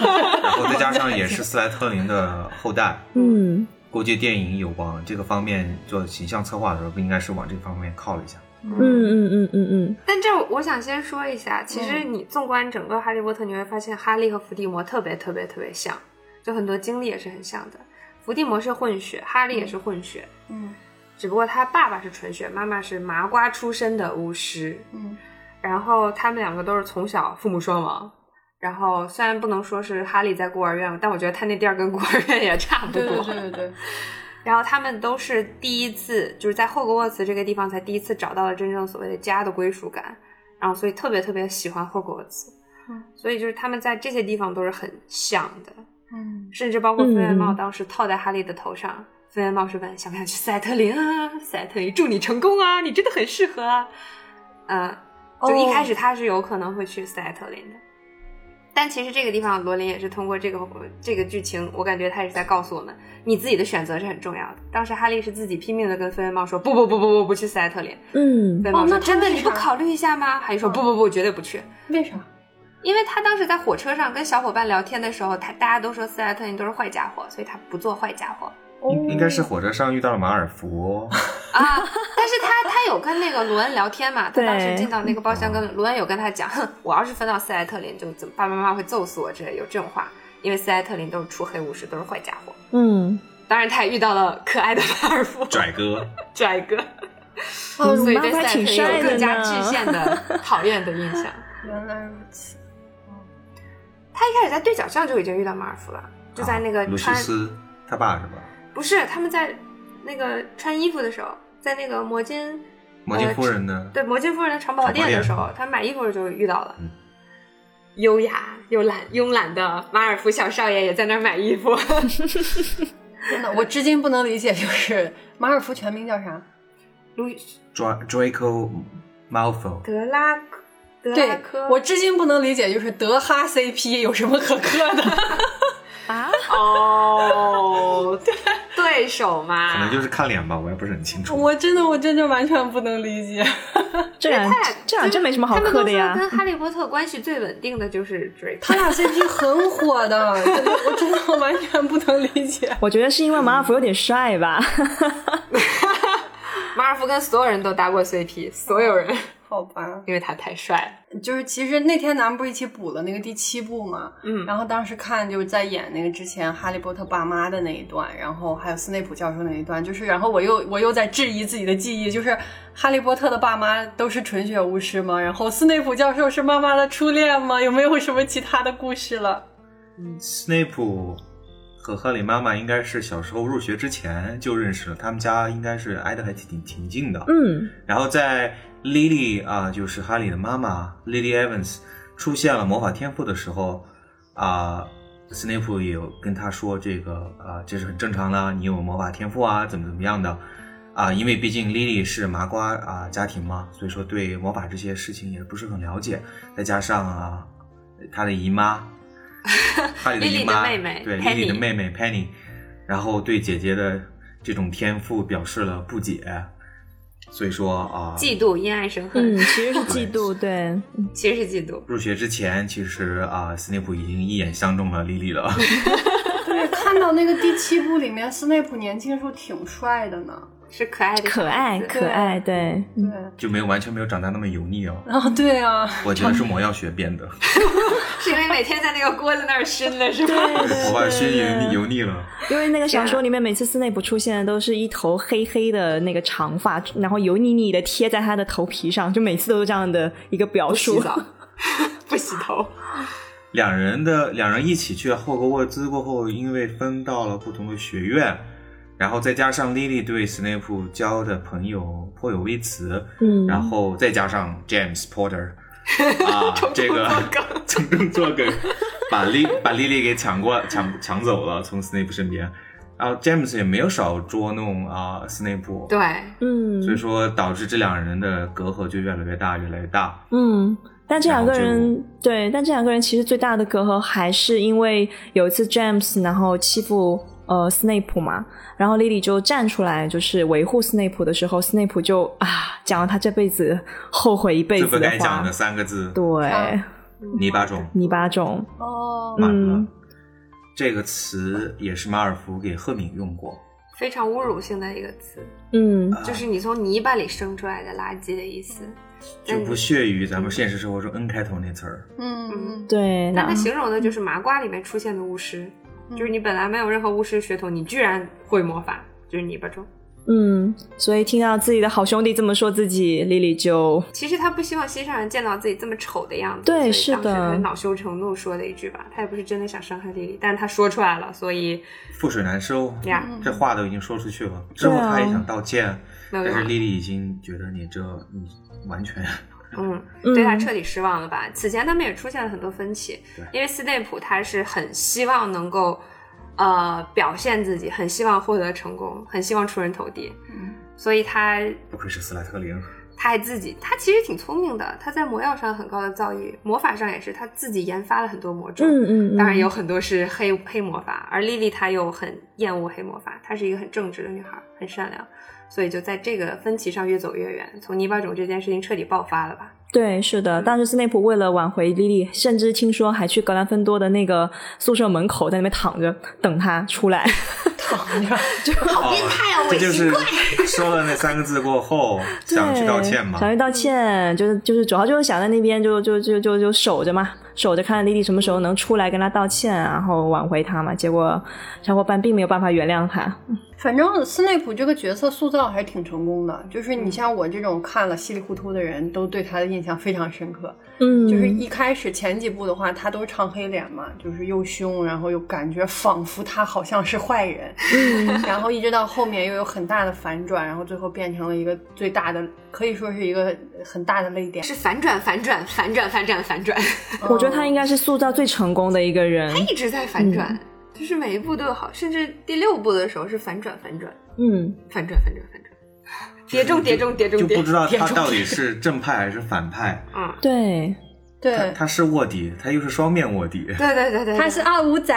[SPEAKER 4] 然后再加上
[SPEAKER 3] [laughs]
[SPEAKER 4] 也是斯莱特林的后代，
[SPEAKER 2] 嗯，
[SPEAKER 4] 估计电影有往这个方面做形象策划的时候，应该是往这方面靠了一下。
[SPEAKER 2] 嗯嗯嗯嗯
[SPEAKER 3] 但这我想先说一下，其实你纵观整个《哈利波特》，你会发现哈利和伏地魔特别特别特别像，就很多经历也是很像的。伏地魔是混血，哈利也是混血，
[SPEAKER 1] 嗯
[SPEAKER 3] 只不过他爸爸是纯血，妈妈是麻瓜出身的巫师，
[SPEAKER 1] 嗯
[SPEAKER 3] 然后他们两个都是从小父母双亡，然后虽然不能说是哈利在孤儿院，但我觉得他那地儿跟孤儿院也差不多。
[SPEAKER 1] 对对对对 [laughs] 对，
[SPEAKER 3] [laughs] 然后他们都是第一次，就是在霍格沃茨这个地方才第一次找到了真正所谓的家的归属感，然后所以特别特别喜欢霍格沃茨。
[SPEAKER 1] 嗯
[SPEAKER 3] 所以就是他们在这些地方都是很像的，
[SPEAKER 1] 嗯，
[SPEAKER 3] 甚至包括飞
[SPEAKER 2] 嗯
[SPEAKER 3] 燕
[SPEAKER 2] 嗯
[SPEAKER 3] 帽当时套在哈利的头上，飞燕帽是问想不想去赛特林啊？赛特林祝你成功啊！你真的很适合啊！呃，就一开始他是有可能会去赛特林的，但其实这个地方罗琳也是通过这个这个剧情，我感觉他也是在告诉我们，你自己的选择是很重要的。当时哈利是自己拼命的跟飞燕帽说不不不不不不去赛特林，
[SPEAKER 2] 嗯
[SPEAKER 3] 飞燕帽说、
[SPEAKER 1] 那他
[SPEAKER 3] 真的
[SPEAKER 1] 为
[SPEAKER 3] 你不
[SPEAKER 1] 啥
[SPEAKER 3] 考虑一下吗？还是说不不不绝对不去。
[SPEAKER 1] 为啥？
[SPEAKER 3] 因为他当时在火车上跟小伙伴聊天的时候，他大家都说斯莱特林都是坏家伙，所以他不做坏家伙
[SPEAKER 4] 应应该
[SPEAKER 3] 哦
[SPEAKER 4] 是火车上遇到了马
[SPEAKER 3] [laughs]
[SPEAKER 4] 尔福，
[SPEAKER 3] 啊。但是他他有跟那个罗恩聊天嘛，他
[SPEAKER 2] 对
[SPEAKER 3] 当时进到那个包
[SPEAKER 4] 嗯
[SPEAKER 3] 厢跟罗恩有跟他讲，哼，我要是分到斯莱特林，就怎么爸爸妈妈会揍死我之类有这种话，因为斯莱特林都是出黑武士，都是坏家伙。
[SPEAKER 2] 嗯，
[SPEAKER 3] 当然，他也遇到了可爱的马尔福
[SPEAKER 4] 拽哥，
[SPEAKER 3] 拽哥，
[SPEAKER 2] 哦
[SPEAKER 3] 所以
[SPEAKER 2] 妈
[SPEAKER 3] 对斯
[SPEAKER 2] 妈
[SPEAKER 3] 莱特
[SPEAKER 2] 挺
[SPEAKER 3] 林有
[SPEAKER 2] 帅的
[SPEAKER 3] 更加
[SPEAKER 2] 呢
[SPEAKER 3] 具
[SPEAKER 2] [laughs]
[SPEAKER 3] 现的讨厌的印象。
[SPEAKER 1] 原来如此。
[SPEAKER 3] 他一开始在对角巷就已经遇到马尔福了， [laughs] 就在那个
[SPEAKER 4] 啊、鲁西
[SPEAKER 3] 穿
[SPEAKER 4] 斯他爸是吧？
[SPEAKER 3] 不是，他们在那个穿衣服的时候，在那个魔金
[SPEAKER 4] 魔镜夫人呢？
[SPEAKER 3] 呃对魔金夫人的城堡店的时候，他买衣服的时候遇到了。
[SPEAKER 4] 嗯
[SPEAKER 3] 优雅又懒慵懒的马尔福小少爷也在那儿买衣
[SPEAKER 4] [laughs]
[SPEAKER 3] 服，
[SPEAKER 1] 真的，我至今不能理解，就是马尔福全名叫啥？
[SPEAKER 3] 卢
[SPEAKER 4] Dra- Draco Malfoy，
[SPEAKER 3] 德拉德拉
[SPEAKER 1] 对
[SPEAKER 3] 科，，
[SPEAKER 1] 我至今不能理解，就是德哈 CP 有什么可磕的？ [laughs]
[SPEAKER 2] 啊，
[SPEAKER 4] [laughs]
[SPEAKER 3] 哦，对对手嘛，
[SPEAKER 4] 可能就是看脸吧，我也不是很清楚。
[SPEAKER 1] 我真的，我真的完全不能理解。
[SPEAKER 2] 这俩
[SPEAKER 3] 他俩
[SPEAKER 2] 这俩真没什么好
[SPEAKER 3] 他们
[SPEAKER 2] 磕
[SPEAKER 3] 都
[SPEAKER 2] 的
[SPEAKER 3] 说
[SPEAKER 2] 呀。
[SPEAKER 3] 跟哈利波特关系最稳定的就是追
[SPEAKER 1] 他俩 CP 很火的，我真的我完全不能理解。
[SPEAKER 2] 我觉得是因为马尔福有点帅吧，
[SPEAKER 3] 马尔福跟所有人都搭过 CP，所有人，
[SPEAKER 1] 好吧，
[SPEAKER 3] 因为他太帅了。
[SPEAKER 1] 就是其实那天咱们不是一起补了那个第七部吗？
[SPEAKER 3] 嗯，
[SPEAKER 1] 然后当时看就是在演那个之前哈利波特爸妈的那一段，然后还有斯内普教授那一段，就是然后我又我又在质疑自己的记忆，就是哈利波特的爸妈都是纯血巫师吗？然后斯内普教授是妈妈的初恋吗？有没有什么其他的故事 [laughs] 了？
[SPEAKER 4] 斯内普和哈利妈妈应该是小时候入学之前就认识了，他们家应该是挨得还挺挺近的。
[SPEAKER 2] 嗯，
[SPEAKER 4] 然后在 Lily 啊、就是哈利的妈妈 Lily Evans 出现了魔法天赋的时候，啊、斯内普也有跟他说这个啊、这是很正常的，你有魔法天赋啊，怎么怎么样的啊、因为毕竟 Lily 是麻瓜啊、家庭嘛，所以说对魔法这些事情也不是很了解，再加上啊、他的姨
[SPEAKER 3] [laughs]
[SPEAKER 4] 妈，哈利的
[SPEAKER 3] Lily
[SPEAKER 4] 姨妈，
[SPEAKER 3] 的妹妹
[SPEAKER 4] 对
[SPEAKER 3] Penny
[SPEAKER 4] Lily 的妹妹 Penny，然后对姐姐的这种天赋表示了不解，所以说啊，
[SPEAKER 3] 嫉妒、因爱生
[SPEAKER 2] 嗯，
[SPEAKER 3] 恨，
[SPEAKER 2] 其实是嫉妒，对，
[SPEAKER 3] 其实是嫉妒。
[SPEAKER 4] 入学之前其实啊，斯内普已经一眼相中了莉莉了。 [laughs]
[SPEAKER 1] 对，看到那个第七部里面斯内普年轻的时候挺帅的呢。
[SPEAKER 3] 是可爱的，
[SPEAKER 2] 可爱可爱，对，
[SPEAKER 1] 对，
[SPEAKER 4] 就没有完全没有长大那么油腻哦，
[SPEAKER 1] 嗯然后对啊，
[SPEAKER 4] 我觉得是魔药学变的，
[SPEAKER 3] 是 [laughs] 因为每天在那个锅子那儿熏的是吧？
[SPEAKER 2] 对
[SPEAKER 4] 头发熏油
[SPEAKER 2] 对
[SPEAKER 4] 腻油腻了。
[SPEAKER 2] 因为那个小说里面，每次斯内普出现的都是一头黑黑的那个长发，然后油腻腻的贴在他的头皮上，就每次都是这样的一个表述。
[SPEAKER 3] [laughs] 不洗头，
[SPEAKER 4] 两人的两人一起去霍格沃兹过后，因为分到了不同的学院，然后再加上莉莉对斯内普交的朋友颇有微词，
[SPEAKER 2] 嗯
[SPEAKER 4] 然后再加上 James
[SPEAKER 3] [laughs]
[SPEAKER 4] Porter 啊，这个 [laughs] 从中作梗，把莉把莉莉给抢过抢抢走了，从斯内普身边，然后 James 也没有少捉弄啊斯内普，
[SPEAKER 3] 对，
[SPEAKER 2] 嗯
[SPEAKER 4] 所以说导致这两人的隔阂就越来越大，越来越大。
[SPEAKER 2] 嗯，但这两个
[SPEAKER 4] 然后
[SPEAKER 2] 人对，但这两个人其实最大的隔阂还是因为有一次 James 然后欺负呃斯内普嘛，然后莉莉就站出来就是维护斯内普的时候，斯内普就啊讲了他这辈子后悔一辈
[SPEAKER 4] 最
[SPEAKER 2] 子
[SPEAKER 4] 不
[SPEAKER 2] 的
[SPEAKER 4] 该讲
[SPEAKER 2] 话，
[SPEAKER 4] 的三个字，
[SPEAKER 2] 对
[SPEAKER 1] 啊，
[SPEAKER 4] 泥巴种。
[SPEAKER 2] 泥巴种，
[SPEAKER 1] 哦，
[SPEAKER 4] 满了。
[SPEAKER 2] 嗯
[SPEAKER 4] 这个词也是马尔福给赫敏用过，
[SPEAKER 3] 非常侮辱性的一个词，
[SPEAKER 2] 嗯
[SPEAKER 3] 就是你从泥巴里生出来的垃圾的意思。
[SPEAKER 4] 就不屑于咱们现实生活中 N 开头那词儿。
[SPEAKER 1] 嗯嗯，
[SPEAKER 2] 对，那
[SPEAKER 3] 但
[SPEAKER 2] 嗯
[SPEAKER 3] 它形容的就是麻瓜里面出现的巫师，就是你本来没有任何巫师血统，你居然会魔法，就是泥巴中。
[SPEAKER 2] 嗯，所以听到自己的好兄弟这么说自己，丽丽就
[SPEAKER 3] 其实他不希望心上人见到自己这么丑的样子，
[SPEAKER 2] 对
[SPEAKER 3] 所以
[SPEAKER 2] 是的
[SPEAKER 3] 当时他恼羞成怒说了一句吧，他也不是真的想伤害丽丽，但是他说出来了，所以
[SPEAKER 4] 覆水难收。
[SPEAKER 3] 呀，
[SPEAKER 4] 这话都已经说出去了，之后
[SPEAKER 2] 对啊啊
[SPEAKER 4] 他也想道歉，
[SPEAKER 3] 没有
[SPEAKER 4] 但
[SPEAKER 3] 用
[SPEAKER 4] 是丽丽已经觉得你这你完全
[SPEAKER 3] 嗯，
[SPEAKER 2] 嗯
[SPEAKER 3] 对他彻底失望了吧？此前他们也出现了很多分歧
[SPEAKER 4] 对，
[SPEAKER 3] 因为斯内普他是很希望能够呃表现自己，很希望获得成功，很希望出人头地，所以他
[SPEAKER 4] 不愧是斯莱特林。
[SPEAKER 3] 他还自己，他其实挺聪明的，他在魔药上有很高的造诣，魔法上也是，他自己研发了很多魔咒。
[SPEAKER 2] 嗯嗯，嗯
[SPEAKER 3] 当然有很多是黑黑魔法，而莉莉她又很厌恶黑魔法，她是一个很正直的女孩，很善良，所以就在这个分歧上越走越远，从泥巴种这件事情彻底爆发了吧？
[SPEAKER 2] 对，是的。当时斯内普为了挽回莉莉，甚至听说还去格兰芬多的那个宿舍门口，在那边躺着等她出来。 [laughs]
[SPEAKER 4] 好
[SPEAKER 3] 变
[SPEAKER 1] 哎
[SPEAKER 3] 态啊
[SPEAKER 4] 这
[SPEAKER 3] 伪
[SPEAKER 4] 就
[SPEAKER 3] 习
[SPEAKER 4] 是说了那三个字
[SPEAKER 3] [laughs]
[SPEAKER 4] 过后，想去道歉嘛
[SPEAKER 2] 对。想去道歉，就是就是主要就是想在那边就就就就就守着嘛，守着看莉莉什么时候能出来跟她道歉，然后挽回她嘛。结果小伙伴并没有办法原谅她。
[SPEAKER 1] 反正斯内普这个角色塑造还是挺成功的，就是
[SPEAKER 2] 嗯
[SPEAKER 1] 你像我这种看了稀里糊涂的人都对他的印象非常深刻。
[SPEAKER 2] 嗯，
[SPEAKER 1] 就是一开始前几部的话，他都是唱黑脸嘛，就是又凶，然后又感觉仿佛他好像是坏
[SPEAKER 2] [laughs]
[SPEAKER 1] 人，
[SPEAKER 2] 嗯
[SPEAKER 1] 然后一直到后面又有很大的反转，然后最后变成了一个最大的，可以说是一个很大的泪点。
[SPEAKER 3] 是反转，反转，反转，反转，反转， [laughs]
[SPEAKER 2] 我觉
[SPEAKER 1] 嗯
[SPEAKER 2] 得她应该是塑造最成功的一个人。
[SPEAKER 3] 一直在
[SPEAKER 2] 嗯
[SPEAKER 3] 反转，就是每一步都有好，甚至第六部的时候是反转，反转，
[SPEAKER 2] 嗯，
[SPEAKER 3] 反转，反转，反转，叠中，叠中，叠中，
[SPEAKER 4] 就
[SPEAKER 3] 叠
[SPEAKER 4] 不知道
[SPEAKER 3] 叠
[SPEAKER 4] 他
[SPEAKER 3] 中
[SPEAKER 4] 到底是正派还是反派，
[SPEAKER 3] 嗯，
[SPEAKER 2] 对，
[SPEAKER 4] 他
[SPEAKER 1] 对，
[SPEAKER 4] 他是卧底，他又是双面卧底。
[SPEAKER 3] 对对对对，
[SPEAKER 1] 他是二五仔，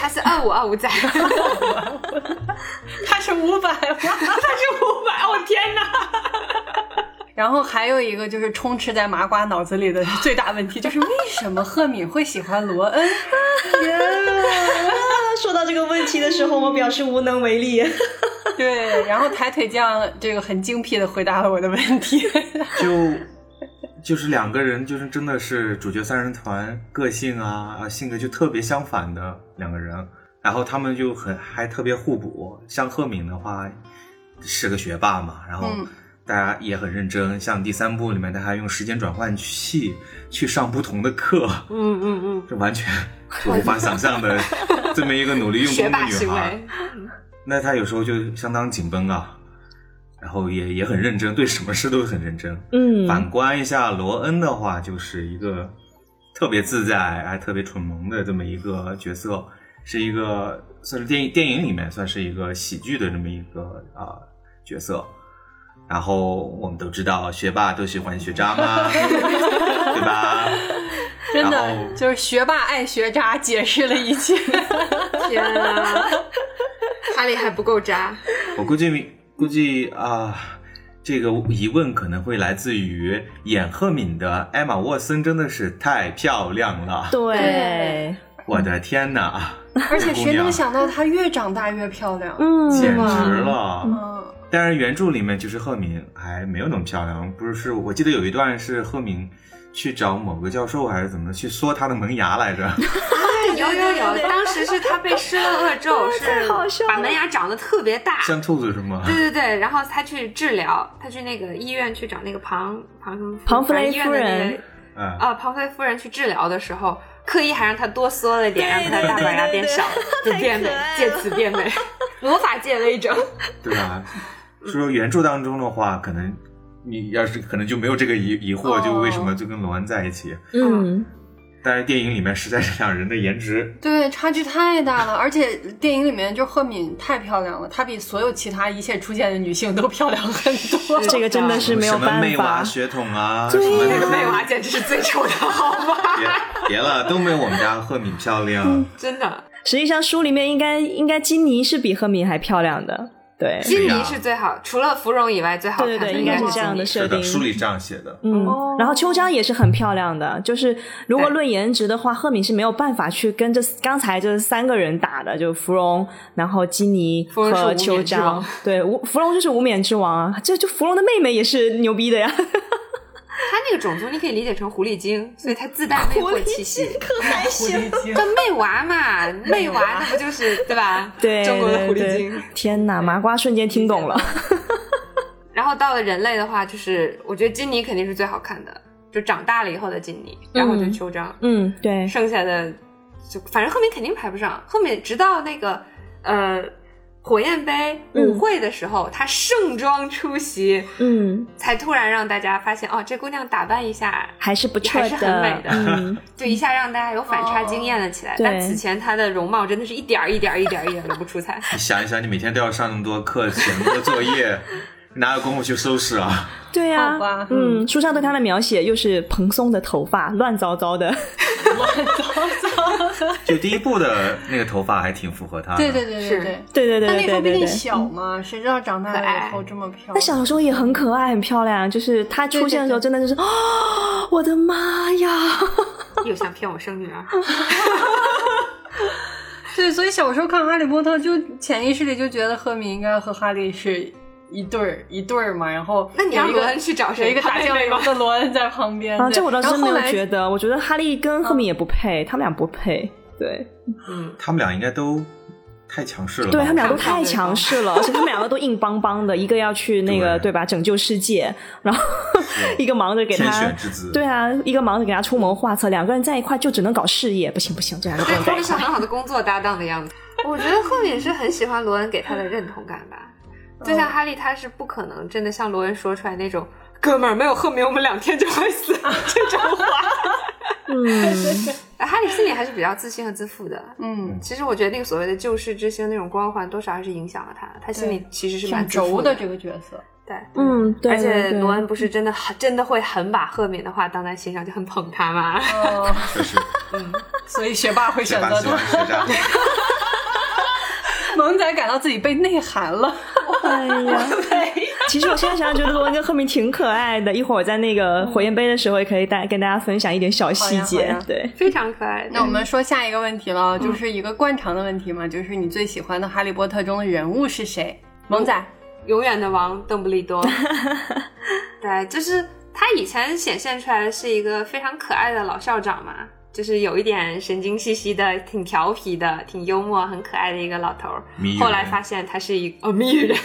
[SPEAKER 3] 他是二五二五
[SPEAKER 2] [laughs]
[SPEAKER 3] 仔，他是
[SPEAKER 1] 他是五百 [laughs] 万。
[SPEAKER 3] 五百，我天哪！
[SPEAKER 1] [laughs] 然后还有一个就是充斥在麻瓜脑子里的最大问题，就是为什么赫敏会喜欢罗恩？ [laughs]
[SPEAKER 2] 啊 [laughs] 说到这个问题的时候，我表示无能为力。
[SPEAKER 1] 对，然后抬腿酱这个很精辟的回答了我的问题。 [laughs]
[SPEAKER 4] 就就是两个人，就是真的是主角三人团，个性啊啊性格就特别相反的两个人，然后他们就很还特别互补。像赫敏的话是个学霸嘛，然后
[SPEAKER 1] 嗯
[SPEAKER 4] 大家也很认真。像第三部里面，他还用时间转换器去上不同的课，
[SPEAKER 3] 嗯嗯嗯，
[SPEAKER 4] 这完全我无法想象的这么一个努力用
[SPEAKER 3] 学
[SPEAKER 4] 功的
[SPEAKER 3] 霸
[SPEAKER 4] 女
[SPEAKER 3] 行
[SPEAKER 4] 孩
[SPEAKER 3] 为。，
[SPEAKER 4] 那她有时候就相当紧绷啊，然后也也很认真，对什么事都很认真。
[SPEAKER 2] 嗯，
[SPEAKER 4] 反观一下罗恩的话，就是一个特别自在，还特别蠢萌的这么一个角色，是一个算是电影电影里面算是一个喜剧的这么一个啊、呃角色。然后我们都知道，学霸都喜欢学渣嘛，
[SPEAKER 2] [laughs]
[SPEAKER 4] 对吧？
[SPEAKER 1] 真
[SPEAKER 4] 然后
[SPEAKER 1] 的就是学霸爱学渣，解释了一
[SPEAKER 4] [laughs]
[SPEAKER 1] 切。
[SPEAKER 3] 天啊！哈利还不够
[SPEAKER 2] [laughs] 啊
[SPEAKER 3] 渣，
[SPEAKER 4] 我估计估计啊、这个疑问可能会来自于演赫敏的艾玛沃森真的是太漂亮了，
[SPEAKER 2] 对
[SPEAKER 1] 对，
[SPEAKER 4] 我的天哪！
[SPEAKER 1] 而且
[SPEAKER 4] 姑
[SPEAKER 1] 谁
[SPEAKER 4] 娘
[SPEAKER 1] 能想到她越长大越漂亮？
[SPEAKER 2] 嗯，
[SPEAKER 4] 简
[SPEAKER 1] 吧
[SPEAKER 4] 直了！
[SPEAKER 1] 嗯，
[SPEAKER 4] 当然，原著里面就是赫敏还没有那么漂亮，不是？是我记得有一段是赫敏去找某个教授还是怎么的去缩她的门牙来
[SPEAKER 2] [laughs]
[SPEAKER 4] 着，
[SPEAKER 3] 有有有，当时是他被施了恶咒，
[SPEAKER 2] 太好笑
[SPEAKER 3] 是
[SPEAKER 2] 了
[SPEAKER 3] 把门牙长得特别大，
[SPEAKER 4] 像兔子
[SPEAKER 2] [laughs]
[SPEAKER 4] 是吗？
[SPEAKER 3] 对对对，然后他去治疗，他去那个医院去找那个庞庞什么
[SPEAKER 2] 庞弗
[SPEAKER 3] 反正
[SPEAKER 2] 雷
[SPEAKER 3] 医院
[SPEAKER 2] 夫
[SPEAKER 3] 的那
[SPEAKER 2] 人
[SPEAKER 3] 个
[SPEAKER 4] 嗯，
[SPEAKER 3] 啊，庞弗雷夫人去治疗的时候，刻意还让他多缩了一点，让他的大板牙变小，不变美，借此变美，魔法界的一种。
[SPEAKER 4] 对吧？所以说原著当中的话，可能你要是可能就没有这个疑疑惑，就为什么就跟罗恩在一起？
[SPEAKER 2] 嗯，
[SPEAKER 4] 但是电影里面实在是两人的颜值，
[SPEAKER 1] 对，差距太大了。而且电影里面就赫敏太漂亮了，她比所有其他一切出现的女性都漂亮很多。
[SPEAKER 2] [laughs] 这个真的是没有
[SPEAKER 4] 什么
[SPEAKER 2] 办
[SPEAKER 4] 妹
[SPEAKER 2] 法
[SPEAKER 4] 娃。血统啊，什
[SPEAKER 2] 对
[SPEAKER 4] 么
[SPEAKER 2] 呀
[SPEAKER 3] 那
[SPEAKER 4] 那些
[SPEAKER 3] 个妹娃简直是最丑的，好吗？ [laughs]
[SPEAKER 4] 别别了，都没有我们家赫敏漂
[SPEAKER 2] 嗯
[SPEAKER 4] 亮。
[SPEAKER 3] 真的，
[SPEAKER 2] 实际上书里面应该应该金妮是比赫敏还漂亮的，对，
[SPEAKER 3] 金妮是最好，除了芙蓉以外最好
[SPEAKER 2] 对
[SPEAKER 3] 看
[SPEAKER 2] 对
[SPEAKER 3] 的
[SPEAKER 2] 对，应
[SPEAKER 3] 该
[SPEAKER 2] 该
[SPEAKER 3] 哦是
[SPEAKER 2] 是
[SPEAKER 3] 金
[SPEAKER 2] 这样的
[SPEAKER 3] 妮。
[SPEAKER 2] 设
[SPEAKER 4] 是
[SPEAKER 2] 定
[SPEAKER 4] 的，。书里这样写的。
[SPEAKER 2] 嗯
[SPEAKER 3] 哦，
[SPEAKER 2] 然后秋张也是很漂亮的，就是如果
[SPEAKER 3] 对
[SPEAKER 2] 论颜值的话，赫敏是没有办法去跟这刚才这三个人打的，就芙蓉，然后基尼
[SPEAKER 3] 芙蓉是
[SPEAKER 2] 和
[SPEAKER 3] 无
[SPEAKER 2] 秋
[SPEAKER 3] 冕之
[SPEAKER 2] 张
[SPEAKER 3] 王，
[SPEAKER 2] 对，无芙蓉就是无冕之王啊，这就芙蓉的妹妹也是牛逼的呀，
[SPEAKER 3] 他那个种族你可以理解成狐狸精，所以他自带魅惑气息。
[SPEAKER 2] 可还
[SPEAKER 1] [laughs]
[SPEAKER 2] 行。
[SPEAKER 3] 这魅娃嘛，魅娃那不就是对吧？
[SPEAKER 2] [laughs] 对，
[SPEAKER 3] 中国的狐狸
[SPEAKER 2] 对
[SPEAKER 3] 精。。
[SPEAKER 2] 对天哪，麻瓜瞬间听懂了。
[SPEAKER 3] 然后到了人类的话，就是我觉得金妮肯定是最好看的，就长大了以后的金妮，然后就
[SPEAKER 2] 嗯
[SPEAKER 3] 秋张，
[SPEAKER 2] 嗯，对，
[SPEAKER 3] 剩下的就反正后面肯定排不上，后面直到那个呃火焰杯
[SPEAKER 2] 嗯
[SPEAKER 3] 舞会的时候，她盛装出席，
[SPEAKER 2] 嗯，
[SPEAKER 3] 才突然让大家发现哦，这姑娘打扮一下。
[SPEAKER 2] 还是不错
[SPEAKER 3] 还是很美
[SPEAKER 1] [laughs]
[SPEAKER 3] 的
[SPEAKER 2] 嗯，
[SPEAKER 3] 就一下让大家有反差惊艳了起来，
[SPEAKER 2] 对
[SPEAKER 3] 但此前她的容貌真的是一点儿一点儿一点儿一点儿都不出彩。 [laughs]
[SPEAKER 4] 你想一想，你每天都要上那么多课，写那么多作业，哪有功夫去收拾啊？
[SPEAKER 2] 对呀、
[SPEAKER 1] 好吧
[SPEAKER 2] 嗯，书上对她的描写又是蓬松的头发，乱糟糟的。 [laughs]
[SPEAKER 4] 就第一部的那个头发还挺符合她的。
[SPEAKER 1] 对对对对
[SPEAKER 3] 是
[SPEAKER 1] 对。
[SPEAKER 2] 对对对
[SPEAKER 1] 但那
[SPEAKER 2] 对
[SPEAKER 1] 时候
[SPEAKER 2] 对
[SPEAKER 1] 毕
[SPEAKER 2] 对
[SPEAKER 1] 竟
[SPEAKER 2] 对。
[SPEAKER 1] 小嘛，谁知道长大
[SPEAKER 3] 可
[SPEAKER 1] 了
[SPEAKER 3] 爱
[SPEAKER 1] 以后这么漂
[SPEAKER 2] 她
[SPEAKER 1] 亮？
[SPEAKER 2] 小的时候也很可爱，很漂亮。就是她出现的时候，真的就是啊、 [gasps] 我的妈呀！
[SPEAKER 3] 又想骗我生女儿，
[SPEAKER 1] 对，所以小时候看《哈利波特》，就潜意识里就觉得赫敏应该和哈利是一对儿一对儿嘛。然后
[SPEAKER 3] 那你
[SPEAKER 1] 有
[SPEAKER 3] 让
[SPEAKER 1] 一
[SPEAKER 3] 罗
[SPEAKER 1] 个
[SPEAKER 3] 恩去找
[SPEAKER 1] 有
[SPEAKER 3] 谁？
[SPEAKER 1] 一个
[SPEAKER 3] 她
[SPEAKER 1] 打
[SPEAKER 3] 妹
[SPEAKER 1] 酱
[SPEAKER 3] 妹
[SPEAKER 1] 油 [laughs]
[SPEAKER 3] 吗？
[SPEAKER 1] 的罗恩在旁边。
[SPEAKER 2] 啊，
[SPEAKER 1] 对
[SPEAKER 2] 这我倒
[SPEAKER 1] 然后
[SPEAKER 2] 真没
[SPEAKER 1] 后
[SPEAKER 2] 有
[SPEAKER 1] 来嗯
[SPEAKER 2] 觉得，我觉得哈利跟赫敏也不配，他们俩不配。对，
[SPEAKER 3] 嗯，
[SPEAKER 4] 他们俩应该都太强势了吧。
[SPEAKER 2] 对他们俩都
[SPEAKER 3] 看
[SPEAKER 2] 太
[SPEAKER 3] 不上对方
[SPEAKER 2] 强
[SPEAKER 1] [laughs]
[SPEAKER 2] 势了，而且他们两个都硬邦邦的，一个要去那个
[SPEAKER 4] 对
[SPEAKER 2] 对吧拯救世界，然后 [laughs] 一个忙着给
[SPEAKER 4] 天
[SPEAKER 2] 他
[SPEAKER 4] 选之子。
[SPEAKER 2] 对啊，一个忙着给他出谋划策，两个人在一块就只能搞事业，不行不行，这两个不
[SPEAKER 1] [laughs]
[SPEAKER 2] 能，
[SPEAKER 3] [laughs] 对
[SPEAKER 2] 在
[SPEAKER 3] 他
[SPEAKER 2] 一
[SPEAKER 3] 们是
[SPEAKER 2] 块。
[SPEAKER 3] 很好的工作搭档的样子。我觉得赫敏是很喜欢罗恩给他的认同感吧，
[SPEAKER 1] 嗯
[SPEAKER 3] 就像哈利，他是不可能真的像罗恩说出来那种“哥们儿，没有赫敏，我们两天就会死”这种话。
[SPEAKER 2] 嗯，
[SPEAKER 3] [laughs] 哈利心里还是比较自信和自负的。
[SPEAKER 1] 嗯，
[SPEAKER 3] 其实我觉得那个所谓的救世之星那种光环，多少还是影响了他。他心里
[SPEAKER 1] 对
[SPEAKER 3] 其实是蛮
[SPEAKER 1] 挺
[SPEAKER 3] 自负
[SPEAKER 1] 轴的
[SPEAKER 3] 的。
[SPEAKER 1] 这个角色。
[SPEAKER 3] 对，
[SPEAKER 2] 嗯，对，
[SPEAKER 3] 而且
[SPEAKER 2] 对
[SPEAKER 3] 罗恩不是真的很真的会很把赫敏的话当在心上，就很捧他吗？
[SPEAKER 1] 哦，
[SPEAKER 4] 确实，
[SPEAKER 1] 所以学霸会
[SPEAKER 4] 学
[SPEAKER 1] 选
[SPEAKER 4] 霸
[SPEAKER 1] 择
[SPEAKER 4] 喜欢
[SPEAKER 1] 他。
[SPEAKER 4] 学渣。
[SPEAKER 1] 萌仔感到自己被内涵了。
[SPEAKER 2] 哎
[SPEAKER 3] [laughs]
[SPEAKER 2] 呀，其实我现在想想，觉得罗恩跟赫敏挺可爱的。一会儿我在那个火焰杯的时候，也可以大跟大家分享一点小细
[SPEAKER 1] 好呀
[SPEAKER 2] 节
[SPEAKER 1] 好呀。
[SPEAKER 2] 对，
[SPEAKER 3] [laughs] 非常可爱。
[SPEAKER 1] 那我们说下一个问题了，就是一个惯常的问题嘛，就是你最喜欢的《哈利波特》中的人物是谁？萌仔，
[SPEAKER 3] 永远的王邓布
[SPEAKER 1] [laughs]
[SPEAKER 3] 利多。对，就是他以前显现出来的是一个非常可爱的老校长嘛，就是有一点神经兮兮的，挺调皮的，挺幽默，很可爱的一个老头儿
[SPEAKER 4] 谜语。人
[SPEAKER 3] 后来发现他是一个哦谜
[SPEAKER 1] [laughs]
[SPEAKER 3] 语人，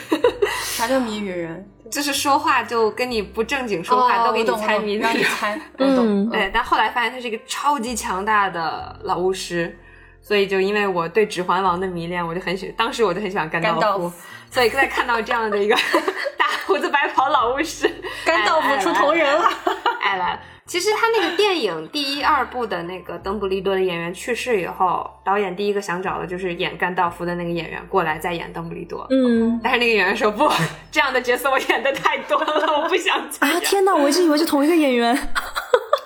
[SPEAKER 1] 啥叫谜语 [laughs] 人？
[SPEAKER 3] 就是说话就跟你不正经说话，
[SPEAKER 1] 哦
[SPEAKER 3] 都给
[SPEAKER 1] 我
[SPEAKER 3] 你
[SPEAKER 1] 懂
[SPEAKER 3] 猜
[SPEAKER 1] 我懂
[SPEAKER 3] 谜那
[SPEAKER 1] 让
[SPEAKER 3] 种
[SPEAKER 1] 你。猜。 [laughs] 我
[SPEAKER 2] 嗯
[SPEAKER 1] 懂。
[SPEAKER 3] 对，但后来发现他是一个超级强大的老巫师，所以就因为我对《指环王》的迷恋，我就很喜，当时我就很喜欢甘道夫，
[SPEAKER 1] 甘道夫哎
[SPEAKER 3] 所以在看到这样的
[SPEAKER 1] [laughs]
[SPEAKER 3] 一个大胡子白袍老巫师，
[SPEAKER 1] 甘道夫出同人了。
[SPEAKER 3] 爱来了。其实他那个电影第一、二部的那个邓布利多的演员去世以后，导演第一个想找的就是演甘道夫的那个演员过来再演邓布利多。
[SPEAKER 2] 嗯，
[SPEAKER 3] 但是那个演员说不，这样的角色我演的太多了，我不想再
[SPEAKER 2] 啊
[SPEAKER 3] 演。
[SPEAKER 2] 天哪，我一直以为是同一个演员。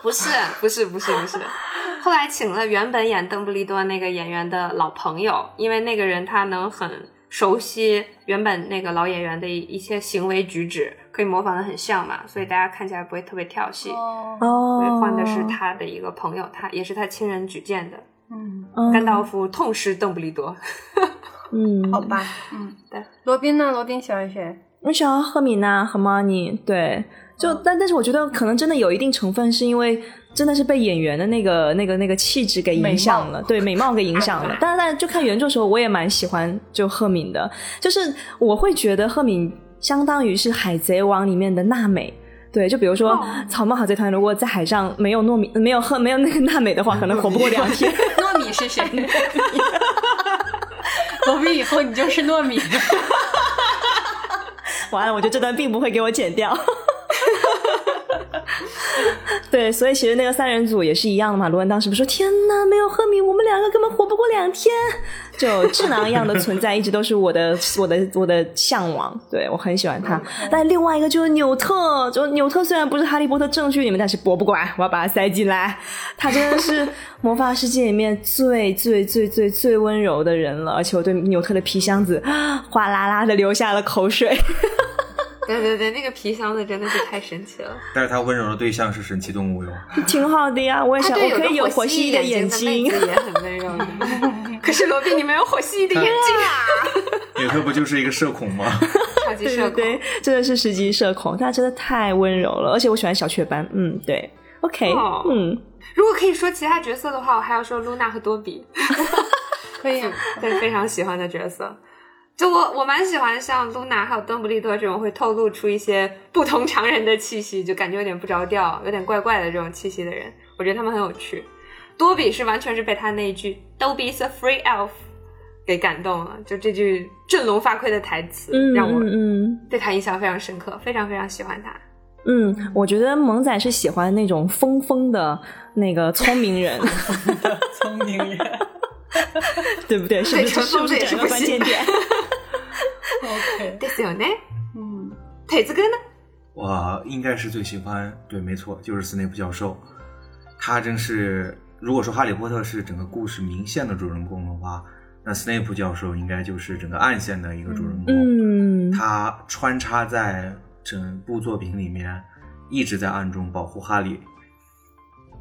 [SPEAKER 3] 不是， [laughs] 不是，不是，不是。 [laughs] 后来请了原本演邓布利多那个演员的老朋友，因为那个人他能很熟悉原本那个老演员的一一些行为举止，可以模仿的很像嘛，所以大家看起来不会特别跳戏。
[SPEAKER 1] 哦，
[SPEAKER 2] 哦
[SPEAKER 3] 所以换的是他的一个朋友，他也是他亲人举荐的
[SPEAKER 1] 嗯，
[SPEAKER 3] 甘道
[SPEAKER 2] 夫。
[SPEAKER 3] 夫痛失邓布利多。
[SPEAKER 2] 哦嗯，
[SPEAKER 1] 好
[SPEAKER 3] 哦
[SPEAKER 1] 吧，嗯，
[SPEAKER 3] 对。
[SPEAKER 1] 罗宾呢？罗宾喜欢谁？
[SPEAKER 2] 我想要赫敏娜和 Money，对，就但但是我觉得可能真的有一定成分是因为真的是被演员的那个那个那个气质给影响了，对美貌给影响 [laughs] 了。但是但就看原著的时候，我也蛮喜欢就赫敏的，就是我会觉得赫敏相当于是《海贼王》里面的娜美。对，就比如说
[SPEAKER 3] 哦
[SPEAKER 2] 草帽海贼团，如果在海上没有糯米、没有赫、没有那个娜美 [laughs] 的话，可能活不过两天。
[SPEAKER 1] 糯米是谁？ [laughs] 罗宾以后你就是糯米。
[SPEAKER 2] [laughs] 完了，我觉得这段并不会给我剪掉。 [laughs] 对，所以其实那个三人组也是一样的嘛。罗恩当时不是说：“天哪，没有赫敏，我们两个根本活不过两天。”就智囊一样的存在，一直都是我的、我的、我的向往。对我很喜欢他。但另外一个就是纽特，就纽特虽然不是哈利波特正剧里面，但是我不管，我要把他塞进来。他真的是魔法世界里面最最最最最温柔的人了。而且我对纽特的皮箱子 [gasps] 啊哗啦啦的流下了口水。
[SPEAKER 3] [laughs] 对对对，那个皮箱子真的是太神
[SPEAKER 2] [laughs]
[SPEAKER 3] 奇了。
[SPEAKER 4] 但是他温柔的对象是神奇动物哟。
[SPEAKER 2] 挺好的呀，我也
[SPEAKER 3] 他
[SPEAKER 2] 想，
[SPEAKER 3] 对
[SPEAKER 2] 我可以有
[SPEAKER 3] 有
[SPEAKER 2] 火
[SPEAKER 3] 蜥
[SPEAKER 2] 蜥蜴
[SPEAKER 3] 的
[SPEAKER 2] 的眼
[SPEAKER 3] 睛
[SPEAKER 2] 睛
[SPEAKER 3] 的妹。子也很温柔 [laughs] 的。可是罗宾，你没有火蜥蜴的眼睛啊！
[SPEAKER 4] 纽特不就是一个社恐吗？
[SPEAKER 3] [laughs]
[SPEAKER 4] [laughs]
[SPEAKER 3] 超级
[SPEAKER 2] [laughs] 对
[SPEAKER 3] 社
[SPEAKER 2] 对
[SPEAKER 3] 恐。
[SPEAKER 2] 对，真的是实际社恐，但真的太温柔了，而且我喜欢小雀斑，嗯，对，OK，、
[SPEAKER 3] 哦
[SPEAKER 2] 嗯，
[SPEAKER 3] 如果可以说其他角色的话，我还要说露娜和多比， [laughs]
[SPEAKER 1] 可以啊，
[SPEAKER 3] 对，非常喜欢的角色。就我我蛮喜欢像露娜还有邓布利多这种会透露出一些不同常人的气息，就感觉有点不着调、有点怪怪的这种气息的人，我觉得他们很有趣。多比是完全是被他那一句 “Dobby is a free elf” 给感动了，就这句振聋发聩的台词、
[SPEAKER 2] 嗯
[SPEAKER 3] 让我
[SPEAKER 2] 嗯嗯
[SPEAKER 3] 对他印象非常深刻，非常非常喜欢他。
[SPEAKER 2] 嗯，我觉得萌仔是喜欢那种疯疯的那个聪明
[SPEAKER 3] [laughs]
[SPEAKER 2] 人，
[SPEAKER 1] 聪明人。
[SPEAKER 2] 对不对？是不
[SPEAKER 3] 对
[SPEAKER 2] 是
[SPEAKER 3] 陈
[SPEAKER 2] 是
[SPEAKER 3] 峰
[SPEAKER 2] 不
[SPEAKER 3] 这
[SPEAKER 2] 是
[SPEAKER 3] 也
[SPEAKER 2] 这
[SPEAKER 3] 是
[SPEAKER 2] 个
[SPEAKER 3] 不
[SPEAKER 2] 关
[SPEAKER 3] 行
[SPEAKER 2] 键点？
[SPEAKER 1] OK，
[SPEAKER 3] ですよね。
[SPEAKER 1] 嗯，
[SPEAKER 3] 腿子哥呢？
[SPEAKER 4] 我应该是最喜欢，对，没错，就是斯内普教授。他真是，如果说哈利波特是整个故事明线的主人公的话，那斯内普教授应该就是整个暗线的一个主人公。
[SPEAKER 2] 嗯
[SPEAKER 4] 他穿插在整部作品里面，一直在暗中保护哈利，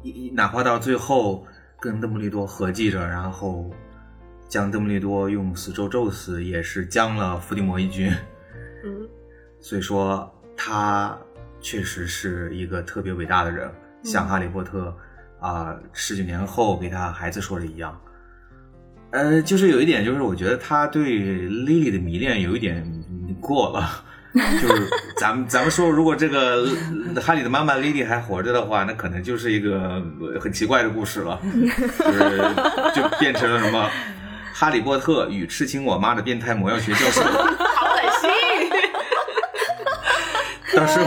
[SPEAKER 4] 一一哪怕到最后跟邓布利多合计着，然后将邓布利多用死咒咒死，也是将了伏地魔一军。
[SPEAKER 3] 嗯，
[SPEAKER 4] 所以说他确实是一个特别伟大的人，像哈利波特啊，十、九年后给他孩子说的一样。呃，就是有一点，就是我觉得他对 Lily 的迷恋有一点过了。就是咱们咱们说，如果这个哈利的妈妈 Lily 还活着的话，那可能就是一个呃很奇怪的故事了，就是就变成了什么《哈利波特与刺青我妈的变态魔药学教授》。
[SPEAKER 3] 好恶心。
[SPEAKER 4] [laughs] 到时候，